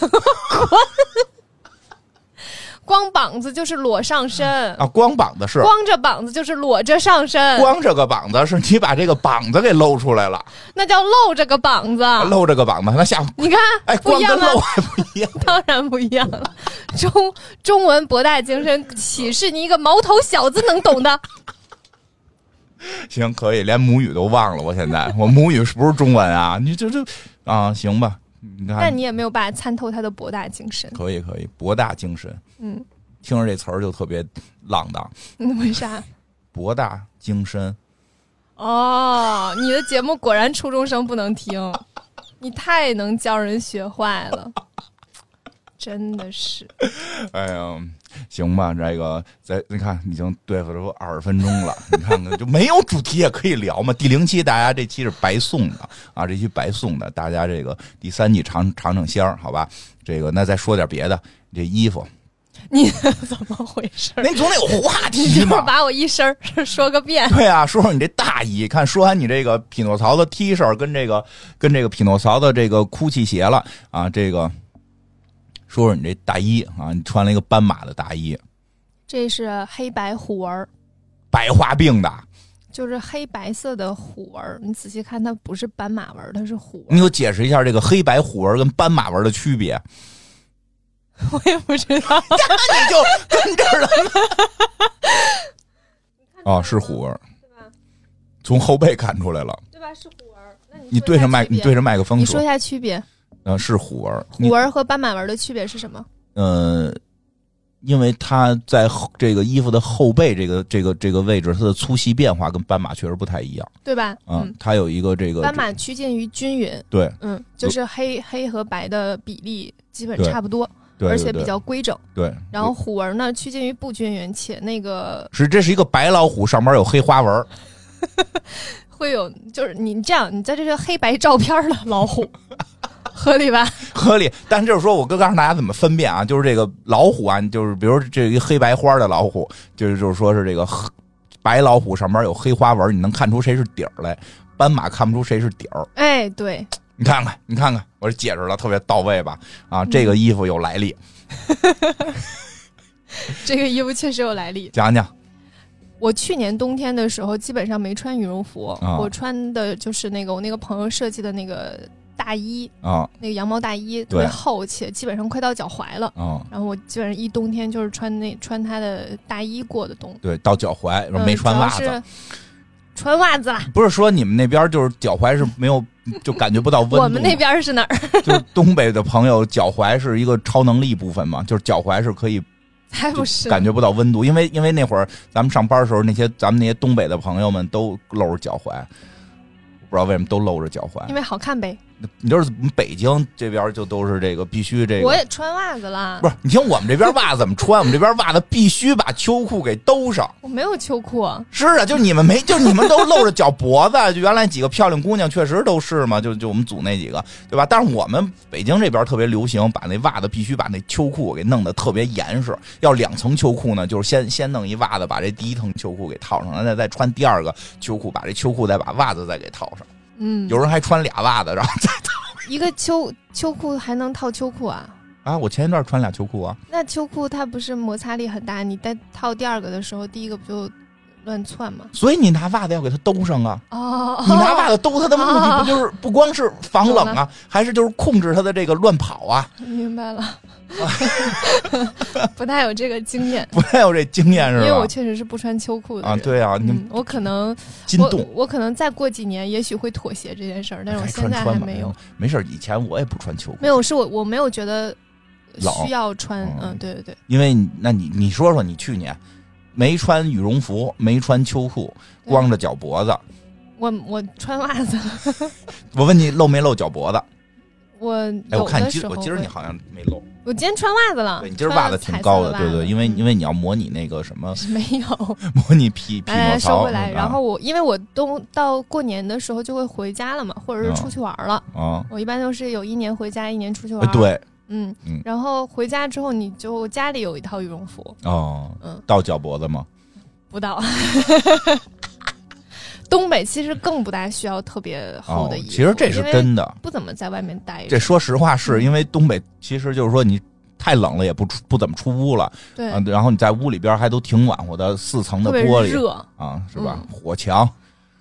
[SPEAKER 2] 光膀子就是裸上身，
[SPEAKER 1] 啊！光膀子是
[SPEAKER 2] 光着膀子就是裸着上身，
[SPEAKER 1] 光着个膀子，是你把这个膀子给露出来了，
[SPEAKER 2] 那叫露着个膀子。啊
[SPEAKER 1] 啊露着个膀子，那下
[SPEAKER 2] 你看，
[SPEAKER 1] 哎，
[SPEAKER 2] 不
[SPEAKER 1] 光
[SPEAKER 2] 一
[SPEAKER 1] 跟
[SPEAKER 2] 样吗
[SPEAKER 1] 露？还不一样。
[SPEAKER 2] 当然不一样了。中中文博大精深，岂是你一个毛头小子能
[SPEAKER 1] [LAUGHS]
[SPEAKER 2] 懂
[SPEAKER 1] [LAUGHS]
[SPEAKER 2] 的？
[SPEAKER 1] 啊行，可以，连母语都忘了。我现在我母语是不是中文啊？你这这啊，行吧，你看，
[SPEAKER 2] 但你也没有办法参透他的博大精深。
[SPEAKER 1] 可以可以，博大精深。
[SPEAKER 2] 嗯，
[SPEAKER 1] 听着这词儿就特别浪荡，
[SPEAKER 2] 嗯为啥？
[SPEAKER 1] 博大精深。
[SPEAKER 2] 哦，你的节目果然初中生不能听，你太能教人学坏了，真的是。
[SPEAKER 1] 哎呀，行吧，这个在你看已经对付了都二十分钟了，你看看就没有主题也可以聊嘛。第零期大家这期是白送的啊，这期白送的，大家这个第三季尝尝尝鲜儿，好吧？这个那再说点别的，这衣服，
[SPEAKER 2] 你怎么回事 [LAUGHS] 儿？
[SPEAKER 1] 那你总得有话
[SPEAKER 2] 你
[SPEAKER 1] 题
[SPEAKER 2] 就
[SPEAKER 1] 嘛。
[SPEAKER 2] 把我一身儿说个遍。
[SPEAKER 1] 对啊，说说你这大衣，看说完你这个匹诺曹的 T 恤跟这个跟这个匹诺曹的这个哭泣鞋了啊，这个说说你这大衣啊，你穿了一个斑马的大衣，
[SPEAKER 2] 这是黑白虎纹儿，
[SPEAKER 1] 白化病的，
[SPEAKER 2] 就是黑白色的虎纹儿。你仔细看，它不是斑马纹儿，它是虎纹儿。
[SPEAKER 1] 你给我解释一下这个黑白虎纹跟斑马纹的区别？
[SPEAKER 2] 我也不知道。
[SPEAKER 1] 那你就跟这儿了哦，是虎纹，从后背看出来了。
[SPEAKER 2] 对吧？是虎纹儿。那
[SPEAKER 1] 你对着麦，你对
[SPEAKER 2] 着，
[SPEAKER 1] 着麦克风
[SPEAKER 2] 你说
[SPEAKER 1] 说
[SPEAKER 2] 一，下区别，
[SPEAKER 1] 嗯、是虎纹，
[SPEAKER 2] 虎纹儿和斑马纹儿的区别是什么？
[SPEAKER 1] 呃，因为它在后这个衣服的后背这个这个这个位置，它的粗细变化跟斑马确实不太一样
[SPEAKER 2] 对吧？
[SPEAKER 1] 啊、，它有一个这个
[SPEAKER 2] 嗯斑马趋近于均匀，
[SPEAKER 1] 对
[SPEAKER 2] 嗯，就是黑黑和白的比例基本
[SPEAKER 1] 对
[SPEAKER 2] 差不多，
[SPEAKER 1] 对，
[SPEAKER 2] 而
[SPEAKER 1] 对
[SPEAKER 2] 且比
[SPEAKER 1] 对
[SPEAKER 2] 较规整。
[SPEAKER 1] 对。
[SPEAKER 2] 然后虎纹儿呢趋近于不均匀，且那个
[SPEAKER 1] 是这是一个白老虎，上面有黑花
[SPEAKER 2] [LAUGHS]
[SPEAKER 1] 纹，
[SPEAKER 2] 会有，就是你这样，你在这个黑白照片儿的老虎，合理吧？ [LAUGHS]
[SPEAKER 1] 合理。但是就是说，我哥告诉大家怎么分辨啊，就是这个老虎啊，就是比如说这一黑白花的老虎，就是就是说是这个黑白老虎上面有黑花纹，你能看出谁是底儿来。斑马看不出谁是底儿，
[SPEAKER 2] 哎，对，
[SPEAKER 1] 你看看，你看看，我这解释的特别到位吧？啊，这
[SPEAKER 2] 嗯
[SPEAKER 1] 个衣服有来历，
[SPEAKER 2] 这个衣服确实有来历。
[SPEAKER 1] 讲讲。
[SPEAKER 2] 我去年冬天的时候基本上没穿羽绒服，
[SPEAKER 1] 啊
[SPEAKER 2] 我穿的就是那个我那个朋友设计的那个大衣，
[SPEAKER 1] 啊
[SPEAKER 2] 那个羊毛大衣特
[SPEAKER 1] 对
[SPEAKER 2] 别厚，且基本上快到脚踝了。
[SPEAKER 1] 啊，
[SPEAKER 2] 然后我基本上一冬天就是穿那穿他的大衣过的冬，
[SPEAKER 1] 对，到脚踝，然后没
[SPEAKER 2] 嗯
[SPEAKER 1] 穿袜
[SPEAKER 2] 主要
[SPEAKER 1] 子。
[SPEAKER 2] 是穿袜子啦。
[SPEAKER 1] 不是说你们那边就是脚踝是没有，就感觉不到温度吗。
[SPEAKER 2] 我们那边是哪儿？ [LAUGHS]
[SPEAKER 1] 就是东北的朋友，脚踝是一个超能力部分嘛，就是脚踝是可以
[SPEAKER 2] 才不是，
[SPEAKER 1] 感觉不到温度，因为因为那会儿咱们上班的时候，那些咱们那些东北的朋友们都露着脚踝，不知道为什么都露着脚踝
[SPEAKER 2] 因，为好看呗。
[SPEAKER 1] 你知道北京这边就都是这个必须这个，
[SPEAKER 2] 我也穿袜子啦，
[SPEAKER 1] 不是，你听我们这边袜子怎么穿？我们这边袜子必须把秋裤给兜上。
[SPEAKER 2] 我没有秋裤，
[SPEAKER 1] 是啊，就你们没，就你们都露着脚脖子。就原来几个漂亮姑娘确实都是嘛，就就我们组那几个，对吧？但是我们北京这边特别流行，把那袜子必须把那秋裤给弄得特别严实。要两层秋裤呢，就是先先弄一袜子，把这第一层秋裤给套上，然后再再穿第二个秋裤，把这秋裤再把袜子再给套上。
[SPEAKER 2] 嗯，
[SPEAKER 1] 有人还穿俩袜子，然后再
[SPEAKER 2] 一个秋秋裤还能套秋裤啊？
[SPEAKER 1] 啊，我前一段穿俩秋裤啊，
[SPEAKER 2] 那秋裤它不是摩擦力很大，你再套第二个的时候，第一个不就乱窜吗？
[SPEAKER 1] 所以你拿袜子要给它兜上啊。
[SPEAKER 2] 哦，
[SPEAKER 1] 你拿袜子兜它的目的
[SPEAKER 2] 哦
[SPEAKER 1] 不就是不光是防冷
[SPEAKER 2] 懂
[SPEAKER 1] 啊，还是就是控制它的这个乱跑啊？
[SPEAKER 2] [LAUGHS] 明
[SPEAKER 1] [LAUGHS]
[SPEAKER 2] 白了，不太有这个经验，
[SPEAKER 1] 不太有这经验
[SPEAKER 2] 因
[SPEAKER 1] [LAUGHS] 是
[SPEAKER 2] 为我
[SPEAKER 1] 吧？
[SPEAKER 2] 确实是不穿秋裤的
[SPEAKER 1] 啊，
[SPEAKER 2] 人。
[SPEAKER 1] 对啊，你
[SPEAKER 2] 嗯，我可能
[SPEAKER 1] 筋
[SPEAKER 2] 我
[SPEAKER 1] 动，
[SPEAKER 2] 我可能再过几年，也许会妥协这件事儿，但是我
[SPEAKER 1] 该
[SPEAKER 2] 现
[SPEAKER 1] 穿
[SPEAKER 2] 在还
[SPEAKER 1] 穿吧嗯
[SPEAKER 2] 没有，，
[SPEAKER 1] 没事儿。以前我也不穿秋裤
[SPEAKER 2] 没，有，是我我没有觉得
[SPEAKER 1] 冷
[SPEAKER 2] 需要穿，
[SPEAKER 1] 嗯
[SPEAKER 2] 嗯，对对对，
[SPEAKER 1] 因为你那你你说说你去年没穿羽绒服，没穿秋裤，光着脚脖子，
[SPEAKER 2] 我我穿袜子，
[SPEAKER 1] 我问你露没露脚脖子？
[SPEAKER 2] 我
[SPEAKER 1] 哎，我
[SPEAKER 2] 有
[SPEAKER 1] 看你
[SPEAKER 2] 的
[SPEAKER 1] 今
[SPEAKER 2] 时候
[SPEAKER 1] 我
[SPEAKER 2] 会，
[SPEAKER 1] 今儿你好像没露，
[SPEAKER 2] 我今天穿袜子了，
[SPEAKER 1] 对你今儿
[SPEAKER 2] 穿
[SPEAKER 1] 袜子挺高的，
[SPEAKER 2] 彩
[SPEAKER 1] 对
[SPEAKER 2] 色的袜
[SPEAKER 1] 对，
[SPEAKER 2] 子
[SPEAKER 1] 因
[SPEAKER 2] [LAUGHS]
[SPEAKER 1] 为
[SPEAKER 2] 嗯
[SPEAKER 1] 因为你要模拟那个什么， [LAUGHS]
[SPEAKER 2] 是没有，
[SPEAKER 1] 模拟匹匹
[SPEAKER 2] 来来
[SPEAKER 1] 诺
[SPEAKER 2] 来
[SPEAKER 1] 曹
[SPEAKER 2] 哎收回来。
[SPEAKER 1] 嗯
[SPEAKER 2] 然后我因为我都到过年的时候就会回家了嘛，或者
[SPEAKER 1] 嗯
[SPEAKER 2] 是出去玩了。
[SPEAKER 1] 啊，
[SPEAKER 2] 我一般都是有一年回家，一年出去
[SPEAKER 1] 哎
[SPEAKER 2] 玩。，
[SPEAKER 1] 对
[SPEAKER 2] 嗯
[SPEAKER 1] 嗯，
[SPEAKER 2] 然后回家之后你就家里有一套羽绒服，
[SPEAKER 1] 哦
[SPEAKER 2] 嗯，
[SPEAKER 1] 到脚脖子吗？
[SPEAKER 2] 不到。 [LAUGHS] 东北其实更不大需要特别厚的衣服，
[SPEAKER 1] 哦其实这是
[SPEAKER 2] 因为
[SPEAKER 1] 真的，
[SPEAKER 2] 不怎么在外面待
[SPEAKER 1] 这
[SPEAKER 2] 着。
[SPEAKER 1] 说实话是
[SPEAKER 2] 嗯
[SPEAKER 1] 因为东北，其实就是说你太冷了也不出不怎么出屋了，
[SPEAKER 2] 对，
[SPEAKER 1] 啊，然后你在屋里边还都挺暖和的，四层的
[SPEAKER 2] 特别
[SPEAKER 1] 玻璃
[SPEAKER 2] 热。
[SPEAKER 1] 啊，是吧？
[SPEAKER 2] 嗯
[SPEAKER 1] 火墙，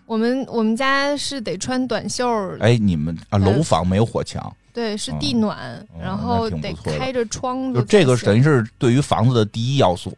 [SPEAKER 2] 我们我们家是得穿短袖儿，
[SPEAKER 1] 哎，你们啊，楼房没有火墙，
[SPEAKER 2] 对，是地
[SPEAKER 1] 嗯
[SPEAKER 2] 暖，
[SPEAKER 1] 嗯
[SPEAKER 2] 然
[SPEAKER 1] 那
[SPEAKER 2] 后
[SPEAKER 1] 挺不
[SPEAKER 2] 得
[SPEAKER 1] 错的
[SPEAKER 2] 开着窗子才
[SPEAKER 1] 就
[SPEAKER 2] 行。
[SPEAKER 1] 这个等于是对于房子的第一要素，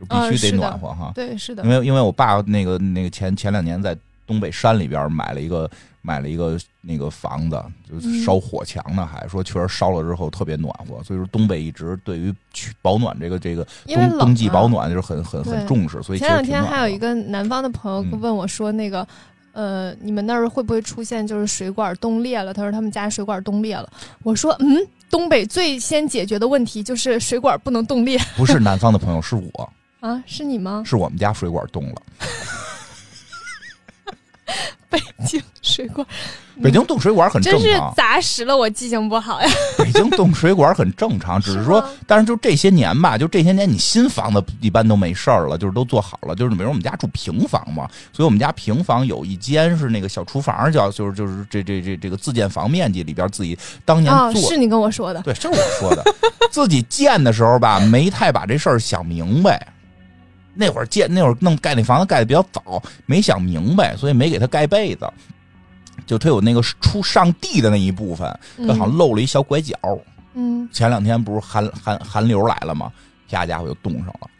[SPEAKER 1] 就必
[SPEAKER 2] 嗯
[SPEAKER 1] 须
[SPEAKER 2] 是
[SPEAKER 1] 得
[SPEAKER 2] 的
[SPEAKER 1] 暖和哈。
[SPEAKER 2] 对，是的
[SPEAKER 1] 因，为因为我爸那个那个前前两年在东北山里边买了一个买了一个那个房子，就
[SPEAKER 2] 嗯
[SPEAKER 1] 是烧火墙呢，还说确实烧了之后特别暖和，所以说东北一直对于取保暖这个这个
[SPEAKER 2] 因为
[SPEAKER 1] 冬
[SPEAKER 2] 冷
[SPEAKER 1] 冬季
[SPEAKER 2] 啊
[SPEAKER 1] 保暖就是很很很
[SPEAKER 2] 对
[SPEAKER 1] 重视，所以
[SPEAKER 2] 前两天
[SPEAKER 1] 其实挺暖和
[SPEAKER 2] 还有一个南方的朋友
[SPEAKER 1] 嗯
[SPEAKER 2] 问我说，那个、呃，你们那儿会不会出现就是水管冻裂了？他说他们家水管冻裂了。我说嗯，东北最先解决的问题就是水管不能冻裂
[SPEAKER 1] 不是南方的朋友，是
[SPEAKER 2] [LAUGHS]
[SPEAKER 1] 我
[SPEAKER 2] 啊，是你
[SPEAKER 1] [LAUGHS]
[SPEAKER 2] 吗？
[SPEAKER 1] 是我们家水管冻了，
[SPEAKER 2] 北京水管
[SPEAKER 1] 北京冻水管很
[SPEAKER 2] 真
[SPEAKER 1] 正
[SPEAKER 2] 是
[SPEAKER 1] 常，
[SPEAKER 2] 砸实了我记性不好呀。
[SPEAKER 1] 北京冻水管很正常，只是说
[SPEAKER 2] 吗
[SPEAKER 1] 但是就这些年吧，就这些年你新房子一般都没事儿了，就是都做好了。就是比如我们家住平房嘛，所以我们家平房有一间是那个小厨房，叫就是就是这这这这个自建房面积里边自己当年
[SPEAKER 2] 哦，
[SPEAKER 1] 做。
[SPEAKER 2] 是你跟我说的。
[SPEAKER 1] 对，这是我说的。自己建的时候吧，没太把这事儿想明白。那会儿建，那会儿弄盖那房子盖的比较早，没想明白，所以没给他盖被子。就他有那个出上地的那一部分，他好像
[SPEAKER 2] 嗯
[SPEAKER 1] 漏了一小拐角。
[SPEAKER 2] 嗯，
[SPEAKER 1] 前两天不是寒寒寒流来了吗？啪家伙就冻上了，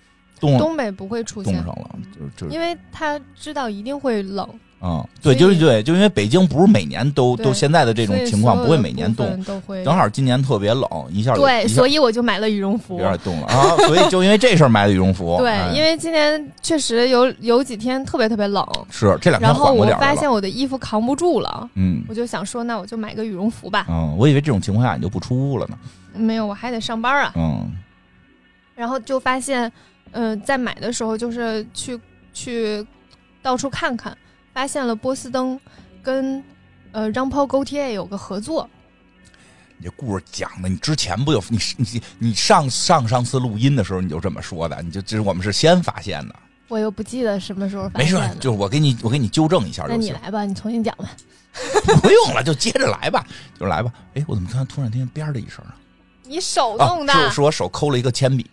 [SPEAKER 1] 冻
[SPEAKER 2] 东北不会出
[SPEAKER 1] 冻
[SPEAKER 2] 现
[SPEAKER 1] 上，了，就是就是
[SPEAKER 2] 因为他知道一定会冷，
[SPEAKER 1] 嗯，对，
[SPEAKER 2] 所以
[SPEAKER 1] 就是对，就因为北京不是每年都
[SPEAKER 2] 对
[SPEAKER 1] 都现在的这种
[SPEAKER 2] 所以
[SPEAKER 1] 情况
[SPEAKER 2] 所有
[SPEAKER 1] 不会
[SPEAKER 2] 的
[SPEAKER 1] 每年
[SPEAKER 2] 部
[SPEAKER 1] 冻，
[SPEAKER 2] 分都会
[SPEAKER 1] 正好今年特别冷，一下就
[SPEAKER 2] 对，
[SPEAKER 1] 一下
[SPEAKER 2] 所以我就买了羽绒服。
[SPEAKER 1] 有点冻了啊，所以就因为这事儿买的羽绒服，哎
[SPEAKER 2] 对，因为今年确实有有几天特别特别冷，
[SPEAKER 1] 是这两天
[SPEAKER 2] 然后
[SPEAKER 1] 缓过
[SPEAKER 2] 我
[SPEAKER 1] 点儿
[SPEAKER 2] 发
[SPEAKER 1] 来
[SPEAKER 2] 现
[SPEAKER 1] 了，
[SPEAKER 2] 我的衣服扛不住了，
[SPEAKER 1] 嗯
[SPEAKER 2] 我就想说，那我就买个羽绒服吧。
[SPEAKER 1] 嗯，我以为这种情况下你就不出屋了呢，
[SPEAKER 2] 没有，我还得上班啊。
[SPEAKER 1] 嗯
[SPEAKER 2] 然后就发现，嗯，在买的时候就是去去到处看看，发现了波司登跟呃 Jean Paul Gaultier 有个合作，
[SPEAKER 1] 你这故事讲的，你之前不有你你你上上上次录音的时候你就这么说的，你就这是我们是先发现的，
[SPEAKER 2] 我又不记得什么时候发
[SPEAKER 1] 没
[SPEAKER 2] 现
[SPEAKER 1] 事
[SPEAKER 2] 的，。
[SPEAKER 1] 就是我给你我给你纠正一下
[SPEAKER 2] 那
[SPEAKER 1] 就
[SPEAKER 2] 你
[SPEAKER 1] 行，
[SPEAKER 2] 来吧，你重新讲吧。
[SPEAKER 1] 不用了，就接着来吧，就来吧。哎，我怎么突然突然听见边儿的一声啊？
[SPEAKER 2] 你手
[SPEAKER 1] 啊
[SPEAKER 2] 动的，
[SPEAKER 1] 是是我手抠了一个铅笔，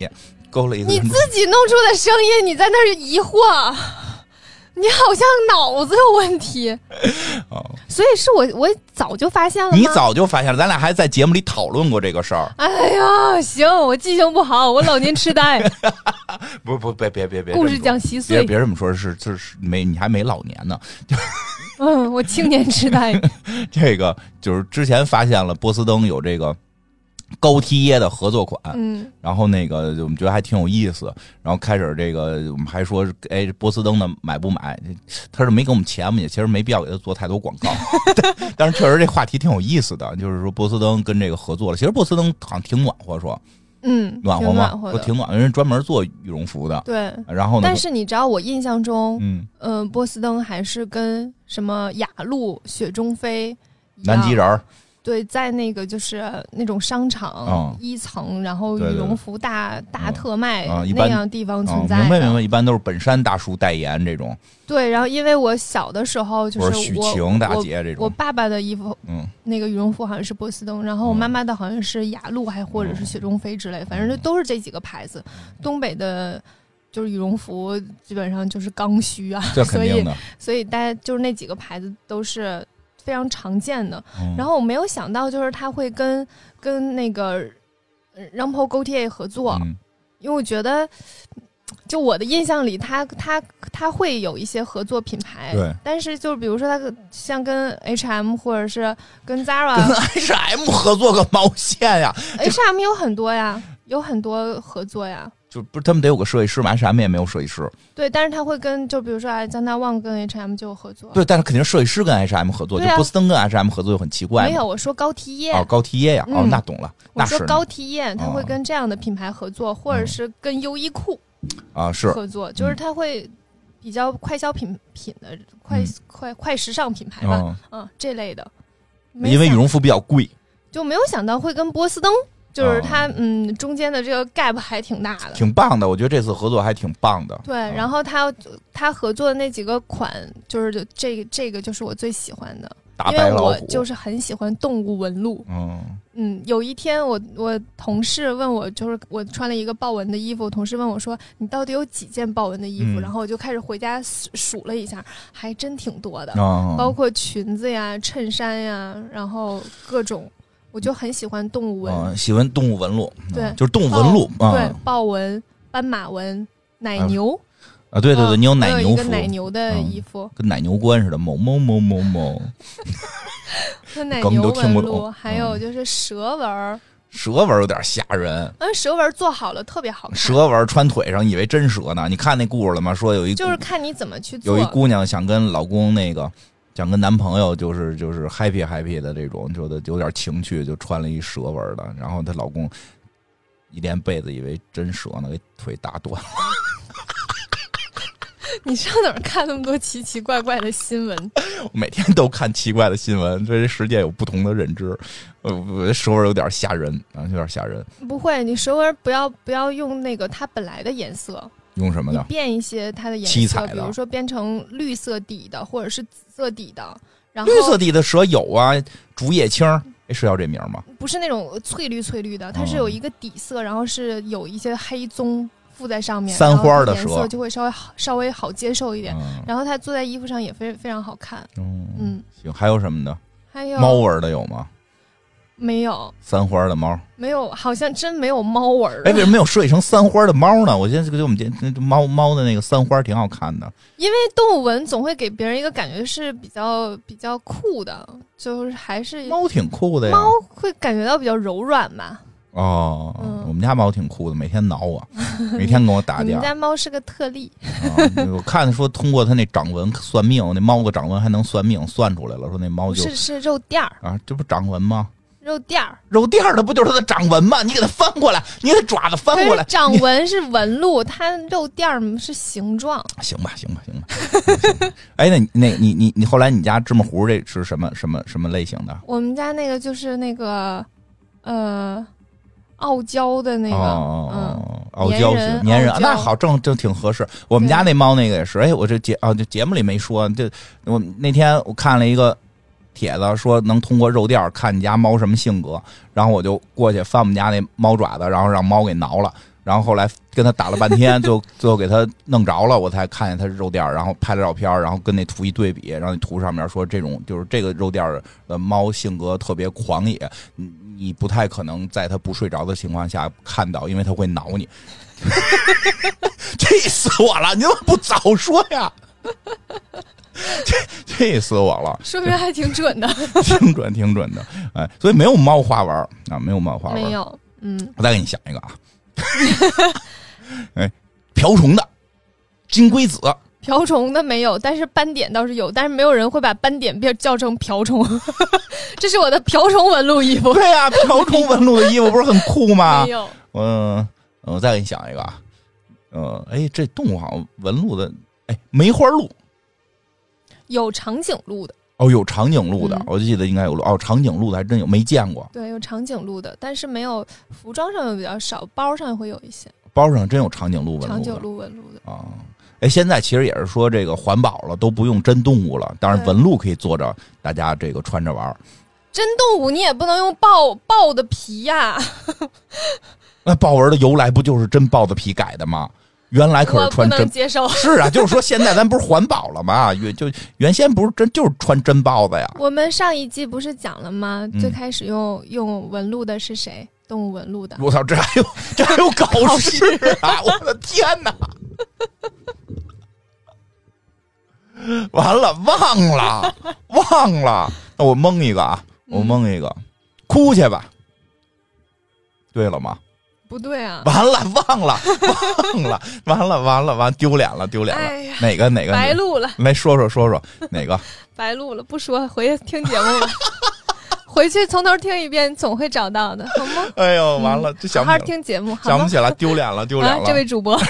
[SPEAKER 1] 勾了一个。
[SPEAKER 2] 你自己弄出的声音，你在那儿疑惑， [LAUGHS] 你好像脑子有问题。
[SPEAKER 1] [LAUGHS] 哦
[SPEAKER 2] 所以是我我早就发现了吗？
[SPEAKER 1] 你早就发现了，咱俩还在节目里讨论过这个事儿。
[SPEAKER 2] 哎呀，行，我记性不好，我老年痴呆，
[SPEAKER 1] 不不，别别 [LAUGHS] 别别，
[SPEAKER 2] 故事讲稀
[SPEAKER 1] 别
[SPEAKER 2] 碎。
[SPEAKER 1] 别这么说，是是是没你还没老年呢。[LAUGHS]
[SPEAKER 2] 嗯，我青年痴呆。
[SPEAKER 1] 这个就是之前发现了波司登有这个高梯耶的合作款，
[SPEAKER 2] 嗯，
[SPEAKER 1] 然后那个我们觉得还挺有意思，然后开始这个我们还说，哎，波司登的买不买？他是没给我们钱嘛，也其实没必要给他做太多广告， [LAUGHS] 但但是确实这话题挺有意思的，就是说波司登跟这个合作了，其实波司登好像挺暖和说，
[SPEAKER 2] 嗯，
[SPEAKER 1] 暖
[SPEAKER 2] 挺
[SPEAKER 1] 和吗？
[SPEAKER 2] 暖和
[SPEAKER 1] 说
[SPEAKER 2] 的
[SPEAKER 1] 挺暖和，人家专门做羽绒服的，
[SPEAKER 2] 对。
[SPEAKER 1] 然后呢，
[SPEAKER 2] 但是你知道，我印象中，
[SPEAKER 1] 嗯，
[SPEAKER 2] 嗯、波司登还是跟什么雅鹿、雪中飞一样。
[SPEAKER 1] 南极人儿，
[SPEAKER 2] 对，在那个就是那种商场
[SPEAKER 1] 嗯
[SPEAKER 2] 一层，然后羽
[SPEAKER 1] 对对
[SPEAKER 2] 绒
[SPEAKER 1] 对
[SPEAKER 2] 服大大
[SPEAKER 1] 嗯
[SPEAKER 2] 特卖
[SPEAKER 1] 啊一
[SPEAKER 2] 那
[SPEAKER 1] 般
[SPEAKER 2] 样地方
[SPEAKER 1] 啊，
[SPEAKER 2] 存
[SPEAKER 1] 明
[SPEAKER 2] 在
[SPEAKER 1] 白明
[SPEAKER 2] 的。
[SPEAKER 1] 白，一般都是本山大叔代言这种，
[SPEAKER 2] 对，然后因为我小的时候就
[SPEAKER 1] 或者
[SPEAKER 2] 是
[SPEAKER 1] 许
[SPEAKER 2] 我
[SPEAKER 1] 晴大
[SPEAKER 2] 我
[SPEAKER 1] 姐这
[SPEAKER 2] 我
[SPEAKER 1] 种，
[SPEAKER 2] 爸爸的衣服
[SPEAKER 1] 嗯，
[SPEAKER 2] 那个羽绒服好像是波司登，然后我
[SPEAKER 1] 嗯
[SPEAKER 2] 妈妈的好像是雅鹿，还或者是
[SPEAKER 1] 嗯
[SPEAKER 2] 雪中飞之类，反正就都是这几个牌子。东北的，就是羽绒服基本上就是刚需啊， [LAUGHS]
[SPEAKER 1] 这肯
[SPEAKER 2] 所
[SPEAKER 1] 定
[SPEAKER 2] 以
[SPEAKER 1] 的。
[SPEAKER 2] 所以大家就是那几个牌子都是非常常见的。
[SPEAKER 1] 嗯
[SPEAKER 2] 然后我没有想到，就是他会跟跟那个 Rampo Gaultier 合作，
[SPEAKER 1] 嗯
[SPEAKER 2] 因为我觉得，就我的印象里，他他他会有一些合作品牌，
[SPEAKER 1] 对
[SPEAKER 2] 但是就是比如说他跟像跟 H M 或者是跟
[SPEAKER 1] 跟 [LAUGHS]
[SPEAKER 2] Zara，H
[SPEAKER 1] H M 合作个毛线呀！
[SPEAKER 2] M 有很多呀，有很多合作呀。
[SPEAKER 1] 就不是他们得有个设计师嘛？H M 也没有设计师，
[SPEAKER 2] 对，但是他会跟，就比如说哎，江大旺跟 H M 就有合作，
[SPEAKER 1] 对，但是肯定设计师跟 H M 合作，
[SPEAKER 2] 对
[SPEAKER 1] 就
[SPEAKER 2] 啊
[SPEAKER 1] 波司登跟 H M 合作就很奇怪嘛。
[SPEAKER 2] 没有我说高缇
[SPEAKER 1] 哦，
[SPEAKER 2] 耶，
[SPEAKER 1] 高缇耶呀，哦，
[SPEAKER 2] 嗯
[SPEAKER 1] 那懂了，
[SPEAKER 2] 我
[SPEAKER 1] 那
[SPEAKER 2] 说
[SPEAKER 1] 是
[SPEAKER 2] 高缇耶，他会
[SPEAKER 1] 哦嗯
[SPEAKER 2] 跟这样的品牌合作，或者是跟优衣库
[SPEAKER 1] 啊，是
[SPEAKER 2] 合作，就是他会比较快消品品的快、
[SPEAKER 1] 嗯
[SPEAKER 2] 快快时尚品牌吧，
[SPEAKER 1] 嗯，
[SPEAKER 2] 嗯这类的。没
[SPEAKER 1] 因为羽
[SPEAKER 2] 想
[SPEAKER 1] 绒服比较贵，
[SPEAKER 2] 就没有想到会跟波司登，就是
[SPEAKER 1] 哦
[SPEAKER 2] 他、嗯中间的这个 gap 还挺大的。
[SPEAKER 1] 挺哦棒的，我觉得这次合作还挺棒的。
[SPEAKER 2] 对，然后他他合作的那几个款，就是就这个这个就是我最喜欢的，
[SPEAKER 1] 大
[SPEAKER 2] 因
[SPEAKER 1] 白
[SPEAKER 2] 为
[SPEAKER 1] 老
[SPEAKER 2] 我
[SPEAKER 1] 虎，
[SPEAKER 2] 就是很喜欢动物纹路。
[SPEAKER 1] 嗯，
[SPEAKER 2] 嗯，有一天我我同事问我，就是我穿了一个豹纹的衣服，我同事问我说你到底有几件豹纹的衣服？
[SPEAKER 1] 嗯
[SPEAKER 2] 然后我就开始回家数数了一下，还真挺多的。包
[SPEAKER 1] 哦，
[SPEAKER 2] 括裙子呀、衬衫呀，然后各种，我就很喜欢动物纹，
[SPEAKER 1] 嗯，喜欢动物纹路，
[SPEAKER 2] 对哦
[SPEAKER 1] 嗯就是动物纹路啊
[SPEAKER 2] 对，豹纹、斑马纹、奶牛，
[SPEAKER 1] 啊，对对对，
[SPEAKER 2] 嗯
[SPEAKER 1] 你有
[SPEAKER 2] 我
[SPEAKER 1] 奶
[SPEAKER 2] 有一
[SPEAKER 1] 牛
[SPEAKER 2] 个
[SPEAKER 1] 服，
[SPEAKER 2] 奶牛的
[SPEAKER 1] 嗯
[SPEAKER 2] 衣服，
[SPEAKER 1] 跟奶牛官似的，某某某某某，
[SPEAKER 2] 跟奶
[SPEAKER 1] 梗你
[SPEAKER 2] 牛
[SPEAKER 1] 都听
[SPEAKER 2] 纹
[SPEAKER 1] 不
[SPEAKER 2] 路，
[SPEAKER 1] 懂嗯
[SPEAKER 2] 还有就是蛇纹儿，
[SPEAKER 1] 蛇纹有点吓人。
[SPEAKER 2] 嗯，蛇纹儿做好了特别好看，
[SPEAKER 1] 蛇纹穿腿上，以为真蛇呢。你看那故事了吗？说有一
[SPEAKER 2] 就是看你怎么去做
[SPEAKER 1] 有一。姑娘想跟老公那个，想跟男朋友就是就是 happy happy 的这种，觉得有点情趣，就穿了一蛇纹的，然后她老公一连被子以为真蛇呢，给腿打断了。
[SPEAKER 2] [LAUGHS] 你上哪儿看那么多奇奇怪怪的新闻？
[SPEAKER 1] 我每天都看奇怪的新闻，对这世界有不同的认知。呃，我蛇纹有点吓人啊，有点吓人。
[SPEAKER 2] [LAUGHS] 不会，你蛇纹儿不要不要用那个它本来的颜色，
[SPEAKER 1] 用什么
[SPEAKER 2] 你
[SPEAKER 1] 呢？
[SPEAKER 2] 变一些它的
[SPEAKER 1] 七
[SPEAKER 2] 颜
[SPEAKER 1] 彩
[SPEAKER 2] 色，
[SPEAKER 1] 的
[SPEAKER 2] 比如说变成绿色底的或者是紫色底的，然后
[SPEAKER 1] 绿色底的蛇有啊，竹叶青儿，哎，是叫这名儿吗？
[SPEAKER 2] 不是那种翠绿翠绿的，它
[SPEAKER 1] 哦
[SPEAKER 2] 是有一个底色，然后是有一些黑棕附在上面，
[SPEAKER 1] 三花的
[SPEAKER 2] 然后它颜
[SPEAKER 1] 蛇
[SPEAKER 2] 色就会稍微好稍微好接受一点。
[SPEAKER 1] 嗯
[SPEAKER 2] 然后它做在衣服上也非非常好看，
[SPEAKER 1] 嗯，
[SPEAKER 2] 嗯，啊
[SPEAKER 1] 行，还有什么的？
[SPEAKER 2] 还有
[SPEAKER 1] 猫纹的有吗？
[SPEAKER 2] 没有
[SPEAKER 1] 三花的猫。
[SPEAKER 2] 没有，好像真没有猫纹儿
[SPEAKER 1] 哎，，为什么没有设计成三花的猫呢？我觉得这个就我们这这猫猫的那个三花挺好看的，
[SPEAKER 2] 因为动物纹总会给别人一个感觉是比较比较酷的，就是还是
[SPEAKER 1] 猫挺酷的呀。
[SPEAKER 2] 猫会感觉到比较柔软吧。
[SPEAKER 1] 哦，
[SPEAKER 2] 嗯
[SPEAKER 1] 我们家猫挺酷的，每天挠我，每天跟我打
[SPEAKER 2] 你
[SPEAKER 1] 架
[SPEAKER 2] 们。家猫是个特例，
[SPEAKER 1] 啊我看说通过它那掌纹算命，那猫个掌纹还能算命，算出来了，说那猫
[SPEAKER 2] 不
[SPEAKER 1] 就是
[SPEAKER 2] 是肉垫儿，
[SPEAKER 1] 啊，这不掌纹吗？
[SPEAKER 2] 肉垫儿。
[SPEAKER 1] 肉垫儿它不就是它的掌纹吗？你给它翻过来，你给它爪子翻
[SPEAKER 2] 可
[SPEAKER 1] 过
[SPEAKER 2] 是
[SPEAKER 1] 来，
[SPEAKER 2] 掌纹是纹路，它肉垫儿是形状。
[SPEAKER 1] 行吧，行吧，行吧。行吧哎，那你那你你你后来你家芝麻糊这是什么什么什么类型的？
[SPEAKER 2] 我们家那个就是那个，呃，傲娇的那个，嗯，
[SPEAKER 1] 哦，傲
[SPEAKER 2] 粘
[SPEAKER 1] 娇
[SPEAKER 2] 人
[SPEAKER 1] 型粘人，
[SPEAKER 2] 傲
[SPEAKER 1] 啊
[SPEAKER 2] 娇
[SPEAKER 1] 那好，正正挺合适。我们
[SPEAKER 2] 对
[SPEAKER 1] 家那猫那个也是，哎，我这节啊，这节目里没说，这我那天我看了一个帖子，说能通过肉垫儿看你家猫什么性格，然后我就过去翻我们家那猫爪子，然后让猫给挠了。然后后来跟它打了半天，最后最后给它弄着了，我才看见它是肉垫儿，然后拍了照片儿，然后跟那图一对比，然后那图上面说这种就是这个肉垫儿的猫性格特别狂野，你你不太可能在它不睡着的情况下看到，因为它会挠你。 [LAUGHS] 气死我了！你怎么不早说呀？这气死我了，
[SPEAKER 2] 说明还挺准的。
[SPEAKER 1] 挺准挺准的，哎，所以没有猫花纹儿啊，没有猫花纹
[SPEAKER 2] 没
[SPEAKER 1] 儿。
[SPEAKER 2] 有，嗯，
[SPEAKER 1] 我再给你想一个啊， [LAUGHS] 哎，瓢虫的金龟子，
[SPEAKER 2] 瓢虫的没有，但是斑点倒是有，但是没有人会把斑点变叫成瓢虫。 [LAUGHS] 这是我的瓢虫纹路衣服，
[SPEAKER 1] 对呀、瓢虫纹路的衣服不是很酷吗
[SPEAKER 2] 没？有。
[SPEAKER 1] 嗯，我再给你想一个啊，呃，哎，这动物好像纹路的，哎，梅花鹿，
[SPEAKER 2] 有长颈鹿的，
[SPEAKER 1] 哦，有长颈鹿的，
[SPEAKER 2] 嗯
[SPEAKER 1] 我记得应该有鹿，哦，长颈鹿的还真有，没见过，
[SPEAKER 2] 对，有长颈鹿的，但是没有服装上面比较少，包上会有一些
[SPEAKER 1] 包上真有长颈鹿纹
[SPEAKER 2] 长
[SPEAKER 1] 路
[SPEAKER 2] 颈
[SPEAKER 1] 的
[SPEAKER 2] 鹿纹路的。
[SPEAKER 1] 啊。哎，现在其实也是说这个环保了，都不用真动物了，当然
[SPEAKER 2] 对
[SPEAKER 1] 纹路可以做着，大家这个穿着玩儿。
[SPEAKER 2] 真动物你也不能用豹豹的皮呀、
[SPEAKER 1] 那豹纹的由来不就是真豹子皮改的吗？原来哎可
[SPEAKER 2] 我
[SPEAKER 1] 是
[SPEAKER 2] 不
[SPEAKER 1] 穿
[SPEAKER 2] 能
[SPEAKER 1] 真
[SPEAKER 2] 接受。
[SPEAKER 1] 是啊，就是说现在咱不是环保了吗？原就原先不是真就是穿真豹子呀，
[SPEAKER 2] 我们上一季不是讲了吗？
[SPEAKER 1] 嗯
[SPEAKER 2] 最开始用用纹路的是谁？动物纹路的。
[SPEAKER 1] 我操，这还有这还有搞事啊！我的天哪！完了，忘了，忘了。那我蒙一个啊，我
[SPEAKER 2] 嗯
[SPEAKER 1] 蒙一个，哭去吧。对了吗？
[SPEAKER 2] 不对啊，
[SPEAKER 1] 完了，忘了，忘了，完了，完了，完丢脸了，丢脸了。
[SPEAKER 2] 哎呀，
[SPEAKER 1] 哪个哪个？
[SPEAKER 2] 白录了，
[SPEAKER 1] 来说说说说哪个？
[SPEAKER 2] 白录了，不说，回去听节目吧。 [LAUGHS] 回去从头听一遍，总会找到的，好吗？
[SPEAKER 1] 哎呦，完了，这想
[SPEAKER 2] 嗯
[SPEAKER 1] 不
[SPEAKER 2] 好好
[SPEAKER 1] 起来，
[SPEAKER 2] 听节目，好
[SPEAKER 1] 想不
[SPEAKER 2] 吗？
[SPEAKER 1] 起来，丢脸了，丢脸
[SPEAKER 2] 啊，
[SPEAKER 1] 了。
[SPEAKER 2] 这位主播，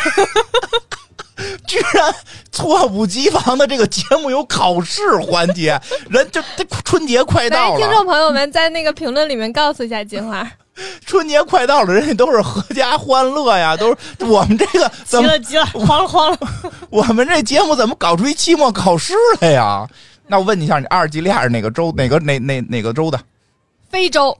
[SPEAKER 1] 居然猝不及防的这个节目有考试环
[SPEAKER 2] [LAUGHS]
[SPEAKER 1] 节，人就这春节快
[SPEAKER 2] 来，
[SPEAKER 1] 到
[SPEAKER 2] 听
[SPEAKER 1] 了，
[SPEAKER 2] 众朋友们在那个评论里面告诉一下
[SPEAKER 1] [LAUGHS]
[SPEAKER 2] 金花，
[SPEAKER 1] 春节快到了，人家都是阖家欢乐呀，都是我们这个
[SPEAKER 2] 急
[SPEAKER 1] 怎么
[SPEAKER 2] 了急了，慌了慌了。
[SPEAKER 1] [LAUGHS] 我们这节目怎么搞出一期末考试来呀？那我问你一下，你阿尔及利亚是哪个
[SPEAKER 2] 嗯
[SPEAKER 1] 州？哪个哪哪哪个州的？
[SPEAKER 2] 非洲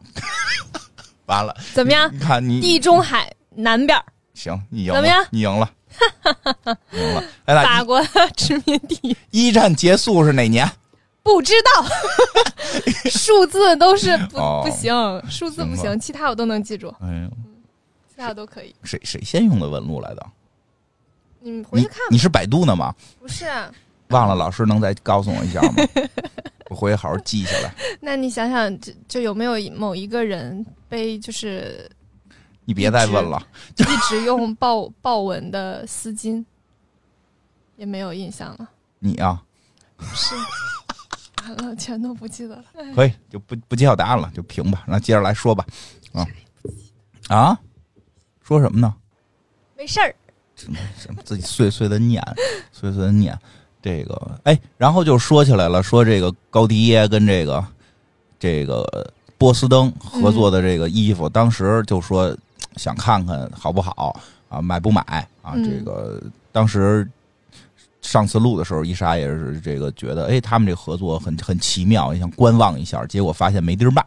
[SPEAKER 1] 完了，
[SPEAKER 2] 怎么样？
[SPEAKER 1] 你看你
[SPEAKER 2] 地中海南边儿，
[SPEAKER 1] 行，你赢
[SPEAKER 2] 怎么
[SPEAKER 1] 了
[SPEAKER 2] 样，
[SPEAKER 1] 你赢了，
[SPEAKER 2] [LAUGHS]
[SPEAKER 1] 赢了。哎，那
[SPEAKER 2] 法国殖民
[SPEAKER 1] [LAUGHS]
[SPEAKER 2] 地，
[SPEAKER 1] 一战结束是哪年？
[SPEAKER 2] 不知
[SPEAKER 1] [LAUGHS]
[SPEAKER 2] 道，数字都是不
[SPEAKER 1] 哦
[SPEAKER 2] 不行，数字不
[SPEAKER 1] 行吧
[SPEAKER 2] 行，其他我都能记住，
[SPEAKER 1] 哎呦，
[SPEAKER 2] 其他都可以。
[SPEAKER 1] 谁谁先用的纹路来的？
[SPEAKER 2] 你回
[SPEAKER 1] 你
[SPEAKER 2] 去看吧
[SPEAKER 1] 你，是百度呢吗？
[SPEAKER 2] 不是啊？
[SPEAKER 1] 忘了，老师能再告诉我一下 [LAUGHS] 吗？我回去好好记下来。
[SPEAKER 2] 那你想想，就就有没有某一个人被就是
[SPEAKER 1] 你别再问了，
[SPEAKER 2] [LAUGHS] 一直用豹豹纹的丝巾，也没有印象了，
[SPEAKER 1] 你啊，
[SPEAKER 2] 是。完了，全都不记得了。
[SPEAKER 1] 可以就不不揭晓答案了，就停吧。那接着来说吧，啊啊，说什么呢？
[SPEAKER 2] 没事儿，
[SPEAKER 1] 什么自己碎碎的念，碎碎的念。这个哎，然后就说起来了，说这个高迪耶跟这个这个波司登合作的这个衣服，当时就说想看看好不好啊，买不买啊？
[SPEAKER 2] 嗯
[SPEAKER 1] 这个当时上次录的时候，伊莎也是这个觉得，哎，他们这合作很很奇妙，也想观望一下，结果发现没地儿卖。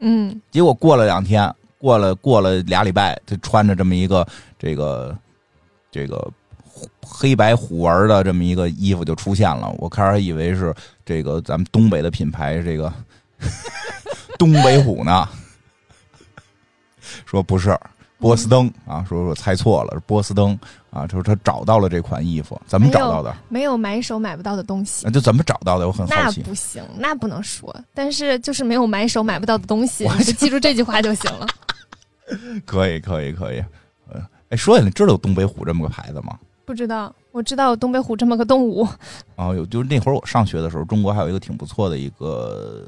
[SPEAKER 2] 嗯，
[SPEAKER 1] 结果过了两天，过了过了俩礼拜，他穿着这么一个这个这个黑白虎纹的这么一个衣服就出现了。我开始还以为是这个咱们东北的品牌，这个 [LAUGHS] 东北虎呢，说不是。波司登啊，说我猜错了，是波司登啊，说他找到了这款衣服，怎么找到的？
[SPEAKER 2] 没有买手买不到的东西。
[SPEAKER 1] 那就怎么找到的？我很呃好
[SPEAKER 2] 那
[SPEAKER 1] 奇。
[SPEAKER 2] 不行，那不能说。但是就是没有买手买不到的东西，
[SPEAKER 1] 我
[SPEAKER 2] 你就记住这句话就行了。
[SPEAKER 1] 可以，可以，可以。呃，哎，说起来，你知道有东北虎这么个牌子吗？
[SPEAKER 2] 不知道，我知道有东北虎这么个动物，
[SPEAKER 1] 啊，有就是那会儿我上学的时候，中国还有一个挺不错的一个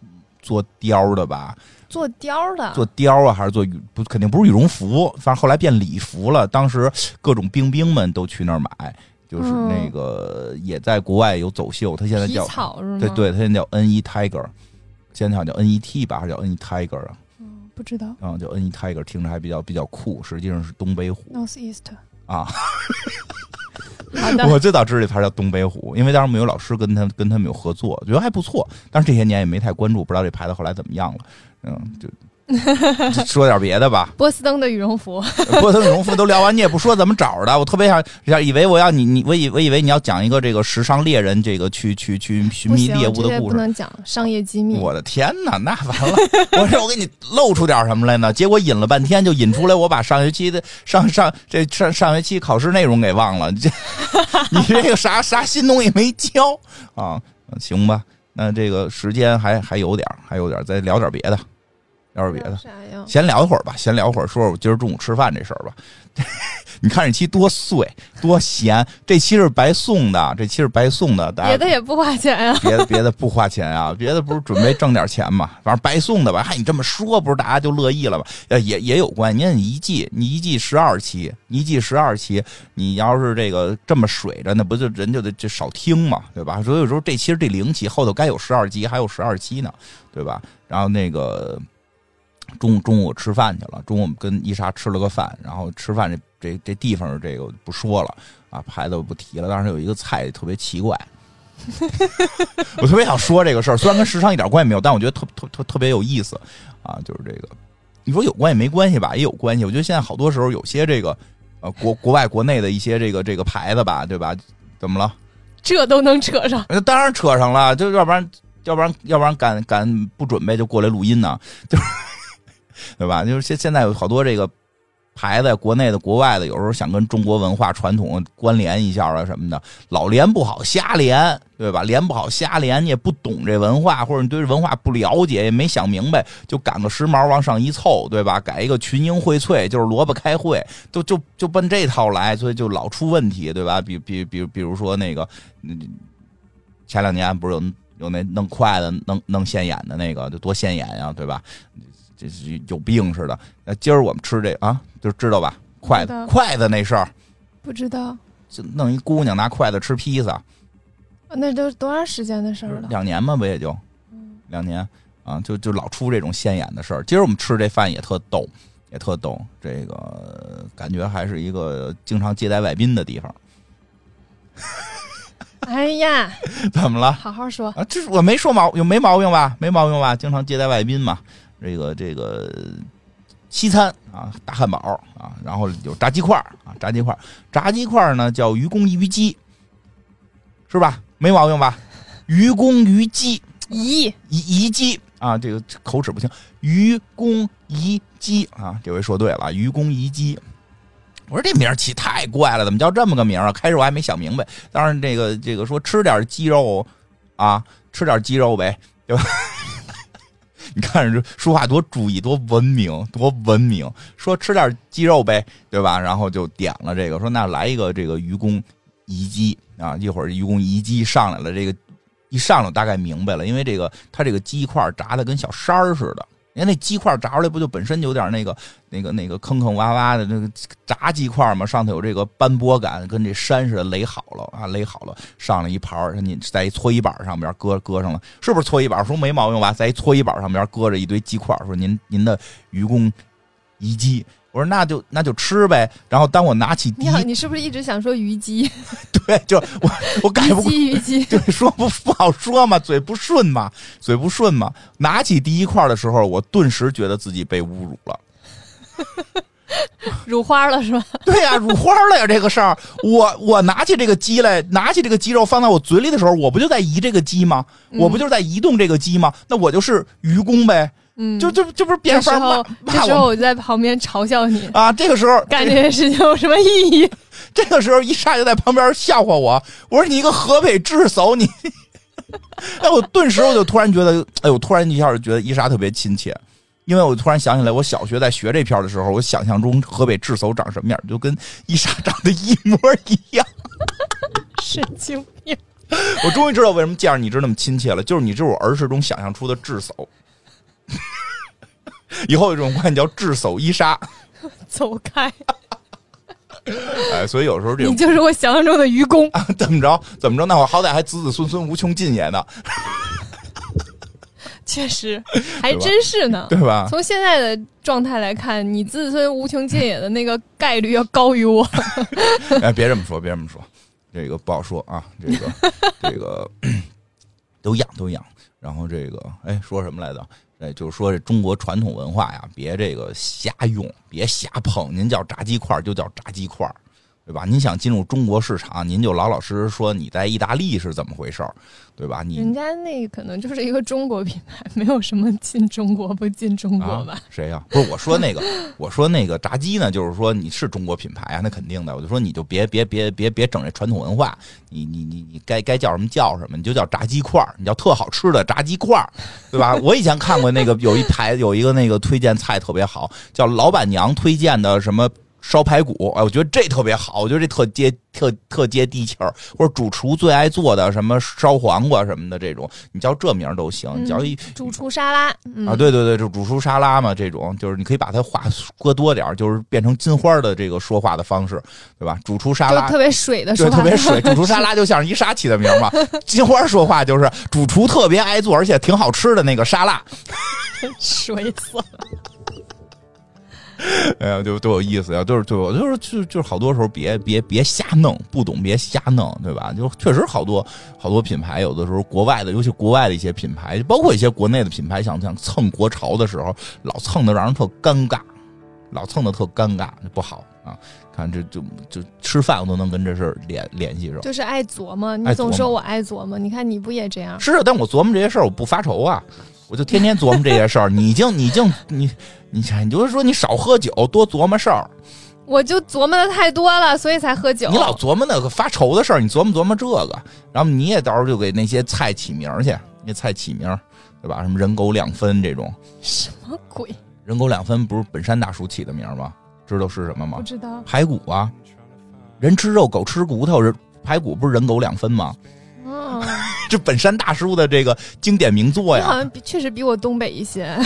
[SPEAKER 1] 嗯做貂的吧，
[SPEAKER 2] 做貂的。
[SPEAKER 1] 做貂啊，还是做羽不肯定不是羽绒服，反正后来变礼服了。当时各种兵兵们都去那儿买，就是
[SPEAKER 2] 嗯
[SPEAKER 1] 那个、也在国外有走秀，它现在
[SPEAKER 2] 皮
[SPEAKER 1] 叫
[SPEAKER 2] 草是吗？
[SPEAKER 1] 对，对，它现在叫 N E Tiger，现在好像叫 N E T 吧，还是叫 N E Tiger 啊？
[SPEAKER 2] 嗯，不知道。
[SPEAKER 1] 嗯，叫 N E Tiger，听着还比较比较酷，实际上是东北虎
[SPEAKER 2] Northeast。
[SPEAKER 1] 啊。
[SPEAKER 2] 好 [LAUGHS] 的，
[SPEAKER 1] 我最早知道这牌叫东北虎，因为当时我们有老师跟他跟他们有合作，觉得还不错。但是这些年也没太关注，不知道这牌子后来怎么样了。嗯，就
[SPEAKER 2] [LAUGHS]
[SPEAKER 1] 说点别的吧。
[SPEAKER 2] 波司登的羽绒服，
[SPEAKER 1] 波特绒服都聊完，你也不说怎么找的，我特别想想以为我要你你我以我以为你要讲一个这个时尚猎人这个去去去寻
[SPEAKER 2] 不
[SPEAKER 1] 觅
[SPEAKER 2] 行，
[SPEAKER 1] 猎物
[SPEAKER 2] 这
[SPEAKER 1] 的
[SPEAKER 2] 些
[SPEAKER 1] 故
[SPEAKER 2] 不
[SPEAKER 1] 事。
[SPEAKER 2] 能讲商业机密。
[SPEAKER 1] 我的天哪，那完了！我说我给你露出点什么来呢？ [LAUGHS] 结果引了半天，就引出来我把上学期的上上这上上学期考试内容给忘了。 [LAUGHS] 这你这个啥啥新东西没教啊？行吧，那这个时间还还有点儿，还有点儿，再聊点别的，聊点别的。
[SPEAKER 2] 啥呀？
[SPEAKER 1] 闲聊一会儿吧，闲聊一会儿，说说我今儿中午吃饭这事儿吧。 [LAUGHS] 你看这期多碎多闲，这期是白送的，这期是白送的，大
[SPEAKER 2] 别
[SPEAKER 1] 家
[SPEAKER 2] 的也不花钱啊呀、
[SPEAKER 1] 别的别的不花钱啊，别的不是准备挣点钱嘛，反正白送的吧。嗨、你这么说，不是大家就乐意了吗？呃，也也有关系。你看你一季，你一季十二期，你一季十二期，你要是这个这么水着，那不就人就得就少听嘛，对吧？所以说这其实这零期后头该有十二集，还有十二期呢，对吧？然后那个中中午吃饭去了，中午跟伊莎吃了个饭，然后吃饭这这这地方这个不说了啊，牌子我不提了。当时有一个菜特别奇怪，我特别想说这个事儿，虽然跟时尚一点关系没有，但我觉得特特特特别有意思啊，就是这个，你说有关系没关系吧，也有关系。我觉得现在好多时候有些这个呃国国外国内的一些这个这个牌子吧，对吧？怎么了？
[SPEAKER 2] 这都能扯上。
[SPEAKER 1] 那当然扯上了，就要不然，要不然，要不然敢敢不准备就过来录音呢， [LAUGHS] 就是对吧？就是现现在有好多这个牌子，国内的、国外的，有时候想跟中国文化传统关联一下啊什么的，老连不好瞎连，对吧？连不好瞎连，你也不懂这文化，或者你对这文化不了解，也没想明白，就赶个时髦往上一凑，对吧？改一个群英荟萃，就是萝卜开会，都就就奔这套来，所以就老出问题，对吧？比比比，比如说那个。嗯前两年不是有有那弄筷子、弄弄现眼的那个，就多现眼啊呀、对吧？这是有病似的。那今儿我们吃这啊，就知道吧？筷
[SPEAKER 2] 知
[SPEAKER 1] 子
[SPEAKER 2] 道
[SPEAKER 1] 筷子那事儿，
[SPEAKER 2] 不知道，
[SPEAKER 1] 就弄一姑娘拿筷子吃披萨，
[SPEAKER 2] 那都多长时间的事儿了？
[SPEAKER 1] 两年吧，不也就
[SPEAKER 2] 嗯
[SPEAKER 1] 两年啊，就就老出这种现眼的事儿。今儿我们吃这饭也特逗，也特逗，这个呃感觉还是一个经常接待外宾的地方。 [LAUGHS]
[SPEAKER 2] 哎呀，
[SPEAKER 1] 怎么了？
[SPEAKER 2] 好好说，
[SPEAKER 1] 啊，这是我没说毛有没毛病吧？没毛病吧？经常接待外宾嘛，这个这个西餐啊，大汉堡啊，然后有炸鸡块儿啊，炸鸡块儿，炸鸡块儿呢叫愚公移鱼鸡，是吧？没毛病吧？愚公移鸡，
[SPEAKER 2] 咦，
[SPEAKER 1] 移移鸡啊，这个口齿不清，愚公移鸡啊，这回说对了，愚公移鸡。我说这名儿起太怪了，怎么叫这么个名儿啊？开始我还没想明白，当然这个这个说吃点鸡肉啊，吃点鸡肉呗，对吧？ [LAUGHS] 你看这说话多注意，多文明，多文明。说吃点鸡肉呗，对吧？然后就点了这个，说那来一个这个愚公移鸡啊，一会儿愚公移鸡上来了，这个一上来我大概明白了，因为这个它这个鸡块炸的跟小山儿似的。你看那鸡块炸出来不就本身有点那个那个那个坑坑洼洼的那个炸鸡块嘛，上头有这个斑驳感，跟这山似的垒好了啊，垒好了，上了一盘儿，你在一搓衣板上边搁搁上了，是不是搓衣板？说没毛病吧，在一搓衣板上边搁着一堆鸡块，说您您的愚公移鸡，我说那就那就吃呗。然后当我拿起第
[SPEAKER 2] 你好，
[SPEAKER 1] 一， [LAUGHS]
[SPEAKER 2] 你是不是一直想说虞姬？
[SPEAKER 1] 对，就我我改不
[SPEAKER 2] 虞姬，虞姬，
[SPEAKER 1] 对，说不不好说嘛，嘴不顺嘛，嘴不顺嘛。拿起第一块的时候，我顿时觉得自己被侮辱了。
[SPEAKER 2] 乳花了是吧？
[SPEAKER 1] 对呀、辱花了呀，这个事儿。我我拿起这个鸡来，拿起这个鸡肉放到我嘴里的时候，我不就在移这个鸡吗？我不就是在移动这个鸡吗？那我就是愚公呗，
[SPEAKER 2] 嗯，
[SPEAKER 1] 就这这不是变
[SPEAKER 2] 这时
[SPEAKER 1] 法骂
[SPEAKER 2] 候，这
[SPEAKER 1] 骂
[SPEAKER 2] 时候
[SPEAKER 1] 我
[SPEAKER 2] 我就在旁边嘲笑你，
[SPEAKER 1] 啊？这个时候，
[SPEAKER 2] 干这件事情有什么意义？
[SPEAKER 1] 这个时候，一莎就在旁边笑话我，我说你一个河北智叟，你。 [LAUGHS] 哎，我顿时我就突然觉得，哎，我突然一下就觉得伊莎特别亲切，因为我突然想起来，我小学在学这篇的时候，我想象中河北智叟长什么样，就跟伊莎长得一模一样。 [LAUGHS]
[SPEAKER 2] 神经病！
[SPEAKER 1] 我终于知道为什么见着你这那么亲切了，就是你这是我儿时中想象出的智叟。 [LAUGHS] 以后有一种关系叫智叟伊莎，
[SPEAKER 2] 走开！
[SPEAKER 1] 哎，所以有时候这种
[SPEAKER 2] 你就是我想象中的愚公。
[SPEAKER 1] 怎么着怎么着，那我好歹还子子孙孙无穷尽也呢，
[SPEAKER 2] 确实，还
[SPEAKER 1] 对吧
[SPEAKER 2] 真是呢。
[SPEAKER 1] 对吧？
[SPEAKER 2] 从现在的状态来看，你自尊无穷尽也的那个概率要高于我。
[SPEAKER 1] 哎，别这么说，别这么说，这个不好说啊，这个这个都一样都一样。然后这个，哎，说什么来着？哎，就是说这中国传统文化呀，别这个瞎用，别瞎碰。您叫炸鸡块儿就叫炸鸡块儿，对吧？您想进入中国市场，您就老老实实说你在意大利是怎么回事儿，对吧？你
[SPEAKER 2] 人家那可能就是一个中国品牌，没有什么进中国不进中国吧
[SPEAKER 1] 啊。、谁呀、不是我说那个， [LAUGHS] 我说那个炸鸡呢，就是说你是中国品牌啊，那肯定的。我就说你就别别别别别整这传统文化，你你你你该该叫什么叫什么，你就叫炸鸡块儿，你叫特好吃的炸鸡块儿，对吧？ [LAUGHS] 我以前看过那个有一排有一个那个推荐菜特别好，叫老板娘推荐的什么。烧排骨，哎，我觉得这特别好，我觉得这特接特特接地气儿，或者主厨最爱做的什么烧黄瓜什么的这种，你叫这名儿都行，你叫一、
[SPEAKER 2] 主厨沙拉，嗯，
[SPEAKER 1] 啊，对对对，就煮出沙拉嘛，这种就是你可以把它话搁多点儿，就是变成金花的这个说话的方式，对吧？煮出沙
[SPEAKER 2] 就
[SPEAKER 1] 拉。
[SPEAKER 2] 特别水的
[SPEAKER 1] 对，
[SPEAKER 2] 说法，
[SPEAKER 1] 特别水，煮出沙拉就像是一沙起的名儿嘛。金花说话就是主厨特别爱做，而且挺好吃的那个沙拉，
[SPEAKER 2] [LAUGHS] 水死了。
[SPEAKER 1] 哎呀，就多有意思呀、就是对我就是就就是好多时候别别别瞎弄，不懂别瞎弄，对吧？就确实好多好多品牌，有的时候国外的，尤其国外的一些品牌，包括一些国内的品牌，想想蹭国潮的时候，老蹭的让人特尴尬，老蹭的特尴尬，不好啊！看这就就吃饭我都能跟这事儿联联系上。
[SPEAKER 2] 就是爱琢磨，你
[SPEAKER 1] 爱琢磨
[SPEAKER 2] 总说我爱琢磨，你看你不也这样？
[SPEAKER 1] 是啊，但我琢磨这些事儿，我不发愁啊，我就天天琢磨这些事儿。你已经你已经你你你就是说你少喝酒，多琢磨事儿。
[SPEAKER 2] 我就琢磨的太多了，所以才喝酒。
[SPEAKER 1] 你老琢磨那个发愁的事儿，你琢磨琢磨这个，然后你也到时候就给那些菜起名儿去，那菜起名儿，对吧？什么人狗两分这种，
[SPEAKER 2] 什么鬼？
[SPEAKER 1] 人狗两分不是本山大叔起的名儿吗？知道是什么吗
[SPEAKER 2] 不？知道，
[SPEAKER 1] 排骨啊，人吃肉，狗吃骨头，人排骨不是人狗两分吗？
[SPEAKER 2] 嗯，
[SPEAKER 1] 这本山大叔的这个经典名作
[SPEAKER 2] 你好
[SPEAKER 1] 哎
[SPEAKER 2] [LAUGHS]
[SPEAKER 1] 呀。啊
[SPEAKER 2] 像比确实比我东北一些。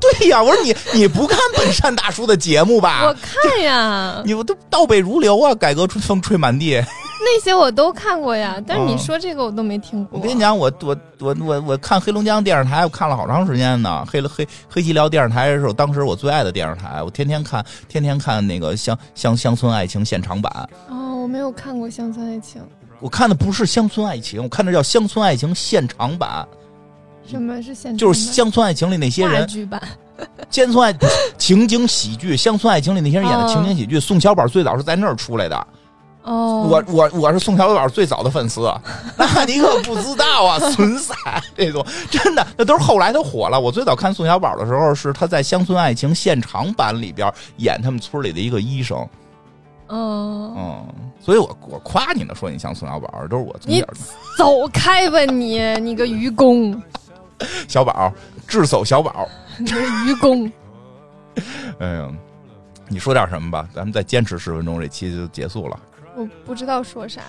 [SPEAKER 1] 对呀，我说你你不看本山大叔的节目
[SPEAKER 2] 我
[SPEAKER 1] 吧？
[SPEAKER 2] 看呀，
[SPEAKER 1] 你都倒背如流啊！改革春风吹满地。
[SPEAKER 2] 那些我都看过呀，但是
[SPEAKER 1] 哦
[SPEAKER 2] 你说这个我都没听
[SPEAKER 1] 我
[SPEAKER 2] 过。
[SPEAKER 1] 跟你讲，我我我我我看黑龙江电视台，我看了好长时间呢。黑了黑黑吉辽电视台是我当时我最爱的电视台，我天天看，天天看那个乡乡乡村爱情现场版。
[SPEAKER 2] 哦，我没有看过《乡村爱情
[SPEAKER 1] 我看的不是乡村爱情，我看的叫乡村爱情现场版，》，
[SPEAKER 2] 嗯什么是现
[SPEAKER 1] 就是
[SPEAKER 2] 乡
[SPEAKER 1] 乡村爱情里那些
[SPEAKER 2] 话
[SPEAKER 1] 人，
[SPEAKER 2] 剧版。
[SPEAKER 1] 乡村爱 [LAUGHS] 情景喜剧，乡村爱情里那些人演的
[SPEAKER 2] 哦
[SPEAKER 1] 情景喜剧。宋小宝最早是在那儿出来的，
[SPEAKER 2] 哦，
[SPEAKER 1] 我我我是宋小宝最早的粉丝，啊那你可不知道啊，损色这种真的，那都是后来他火了。我最早看宋小宝的时候，是他在《乡村爱情》现场版里边演他们村里的一个医生，
[SPEAKER 2] 嗯，
[SPEAKER 1] 嗯，所以我我夸你呢，说你像宋小宝，都是我从
[SPEAKER 2] 你
[SPEAKER 1] 小
[SPEAKER 2] 走开吧你，你个愚公， [LAUGHS]
[SPEAKER 1] 小宝智叟小宝，
[SPEAKER 2] 你个愚公。
[SPEAKER 1] 哎呀，你说点什么吧，咱们再坚持十分钟，这期就结束了，
[SPEAKER 2] 我不知道说啥，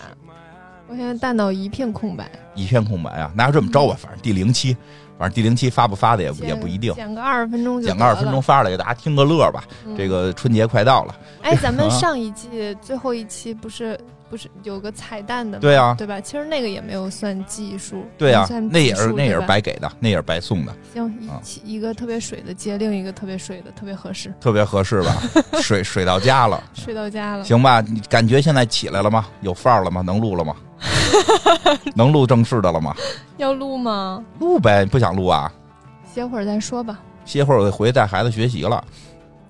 [SPEAKER 2] 我现在大脑一片空白。
[SPEAKER 1] 一片空白啊，那就这么着吧，反正第零期，反正第零期发不发的也不
[SPEAKER 2] 剪
[SPEAKER 1] 也不一定。
[SPEAKER 2] 剪个二十分钟就
[SPEAKER 1] 剪个二十
[SPEAKER 2] 得
[SPEAKER 1] 分
[SPEAKER 2] 了
[SPEAKER 1] 钟。发出来给大家听个乐吧，
[SPEAKER 2] 嗯
[SPEAKER 1] 这个春节快到了， [LAUGHS]
[SPEAKER 2] 哎，咱们
[SPEAKER 1] 啊
[SPEAKER 2] 上一季最后一期不是不是有个彩蛋的吗？
[SPEAKER 1] 对啊
[SPEAKER 2] 对吧？其实那个也没有算技术，
[SPEAKER 1] 对
[SPEAKER 2] 没
[SPEAKER 1] 呀、
[SPEAKER 2] 算
[SPEAKER 1] 那也
[SPEAKER 2] 集
[SPEAKER 1] 是
[SPEAKER 2] 数
[SPEAKER 1] 那也是
[SPEAKER 2] 对吧
[SPEAKER 1] 白给的，那也是白送的，
[SPEAKER 2] 行一
[SPEAKER 1] 啊
[SPEAKER 2] 期一个特别水的接另一个特别水的，特别合适，
[SPEAKER 1] 特别合适
[SPEAKER 2] [LAUGHS]
[SPEAKER 1] 吧？水水到家了，
[SPEAKER 2] 睡到家了。
[SPEAKER 1] 嗯行吧？你感觉现在起来了吗？有范儿了吗？能录
[SPEAKER 2] [LAUGHS]
[SPEAKER 1] 了吗？能录正式的了吗？
[SPEAKER 2] 要录吗？
[SPEAKER 1] 录呗，不想录啊？
[SPEAKER 2] 歇会儿再说吧。
[SPEAKER 1] 歇会儿我得回去带孩子学习了。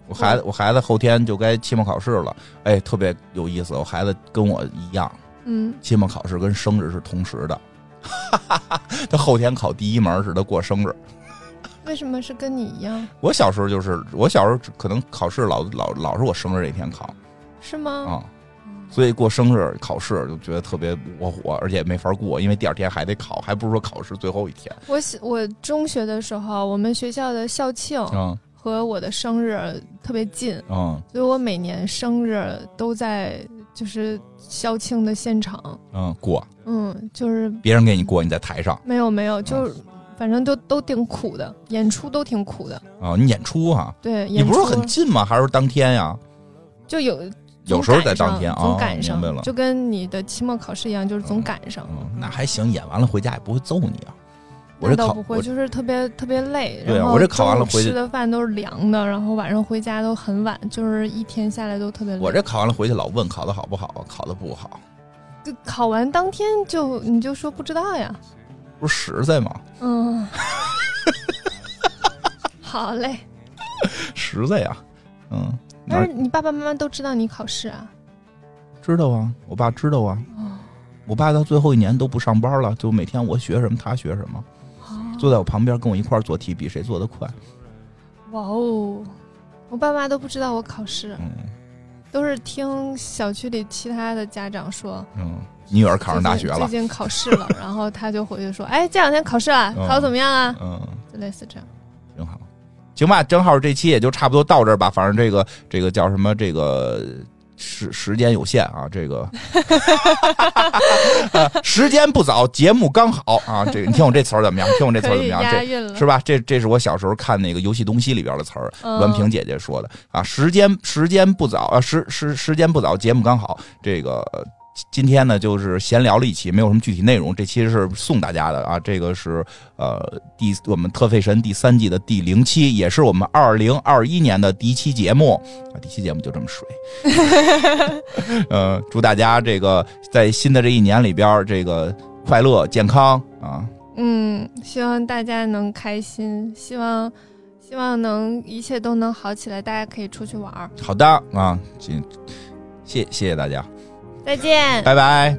[SPEAKER 1] 我孩
[SPEAKER 2] 嗯
[SPEAKER 1] 子，我孩子后天就该期末考试了，哎，特别有意思。我孩子跟我一样，
[SPEAKER 2] 嗯，
[SPEAKER 1] 期末考试跟生日是同时的，他后天考第一门是他过生日。
[SPEAKER 2] 为什么是跟你一样？
[SPEAKER 1] 我小时候就是，我小时候可能考试老老老是我生日那天考
[SPEAKER 2] 是吗？嗯
[SPEAKER 1] 啊、所以过生日考试就觉得特别窝火，而且没法过，因为第二天还得考，还不如说考试最后一天。
[SPEAKER 2] 我喜我中学的时候，我们学校的校庆
[SPEAKER 1] 嗯
[SPEAKER 2] 和我的生日特别近，
[SPEAKER 1] 嗯
[SPEAKER 2] 所以我每年生日都在就是校庆的现场，
[SPEAKER 1] 嗯，过，
[SPEAKER 2] 嗯，就是
[SPEAKER 1] 别人给你过，你在台上
[SPEAKER 2] 没有没有，
[SPEAKER 1] 哦
[SPEAKER 2] 就是反正都都挺苦的，演出都挺苦的。
[SPEAKER 1] 啊、你演出哈、
[SPEAKER 2] 对，
[SPEAKER 1] 你
[SPEAKER 2] 演
[SPEAKER 1] 不
[SPEAKER 2] 出
[SPEAKER 1] 是很近吗？还是当天呀、
[SPEAKER 2] 就有
[SPEAKER 1] 有时候在当天
[SPEAKER 2] 总
[SPEAKER 1] 啊，
[SPEAKER 2] 赶上，
[SPEAKER 1] 明白了。
[SPEAKER 2] 就跟你的期末考试一样，就是总赶上。
[SPEAKER 1] 嗯，那还行，演完了回家也不会揍你啊。我这
[SPEAKER 2] 那倒
[SPEAKER 1] 考
[SPEAKER 2] 不会，
[SPEAKER 1] 我
[SPEAKER 2] 就是特别特别累。
[SPEAKER 1] 对啊
[SPEAKER 2] 然后
[SPEAKER 1] 我这考完了
[SPEAKER 2] 中午
[SPEAKER 1] 回去
[SPEAKER 2] 吃的饭都是凉的，然后晚上回家都很晚，就是一天下来都特别累。
[SPEAKER 1] 我这考完了回去老问啊考的好不好，考的不好。
[SPEAKER 2] 考完当天就你就说不知道呀，
[SPEAKER 1] 不是实在吗？
[SPEAKER 2] [LAUGHS] 嗯，好嘞。
[SPEAKER 1] 实在呀，嗯，哪
[SPEAKER 2] 但
[SPEAKER 1] 儿
[SPEAKER 2] 是你爸爸妈妈都知道你考试啊？
[SPEAKER 1] 知道啊，我爸知道啊，
[SPEAKER 2] 哦，
[SPEAKER 1] 我爸到最后一年都不上班了，就每天我学什么他学什么，
[SPEAKER 2] 哦
[SPEAKER 1] 坐在我旁边跟我一块儿做题，比谁做得快。
[SPEAKER 2] 哇哦，我爸妈都不知道我考试，
[SPEAKER 1] 嗯
[SPEAKER 2] 都是听小区里其他的家长说。
[SPEAKER 1] 嗯，你女儿考上大学
[SPEAKER 2] 最
[SPEAKER 1] 了，
[SPEAKER 2] 近最近
[SPEAKER 1] [LAUGHS]
[SPEAKER 2] 考试了，然后他就回去说：“哎，这两天考试了，
[SPEAKER 1] 嗯
[SPEAKER 2] 考得怎么样啊
[SPEAKER 1] 嗯，？”
[SPEAKER 2] 就类似这样。
[SPEAKER 1] 挺好。行吧，正好这期也就差不多到这儿吧。反正这个这个叫什么，这个时时间有限啊，这个、 [LAUGHS] 啊时间不早，节目刚好啊。这个你听我这词儿怎么样？听我这词
[SPEAKER 2] 可
[SPEAKER 1] 儿怎么
[SPEAKER 2] 以
[SPEAKER 1] 样？
[SPEAKER 2] 押
[SPEAKER 1] 这
[SPEAKER 2] 韵了，
[SPEAKER 1] 是吧？这这是我小时候看那个《游戏东西》里边的词儿，
[SPEAKER 2] 嗯
[SPEAKER 1] 栾平姐姐说的啊。时间时间不早啊，时时时间不早，节目刚好。这个呃今天呢，就是闲聊了一期，没有什么具体内容。这期是送大家的啊，这个是呃第我们特费神第三季的第零期，也是我们二零二一年的第一期节目啊。第一期节目就这么水。呃，祝大家这个在新的这一年里边儿，这个快乐健康啊。
[SPEAKER 2] 嗯，希望大家能开心，希望希望能一切都能好起来，大家可以出去玩儿。
[SPEAKER 1] 好的啊，今谢谢谢大家，
[SPEAKER 2] 再见。
[SPEAKER 1] 拜拜。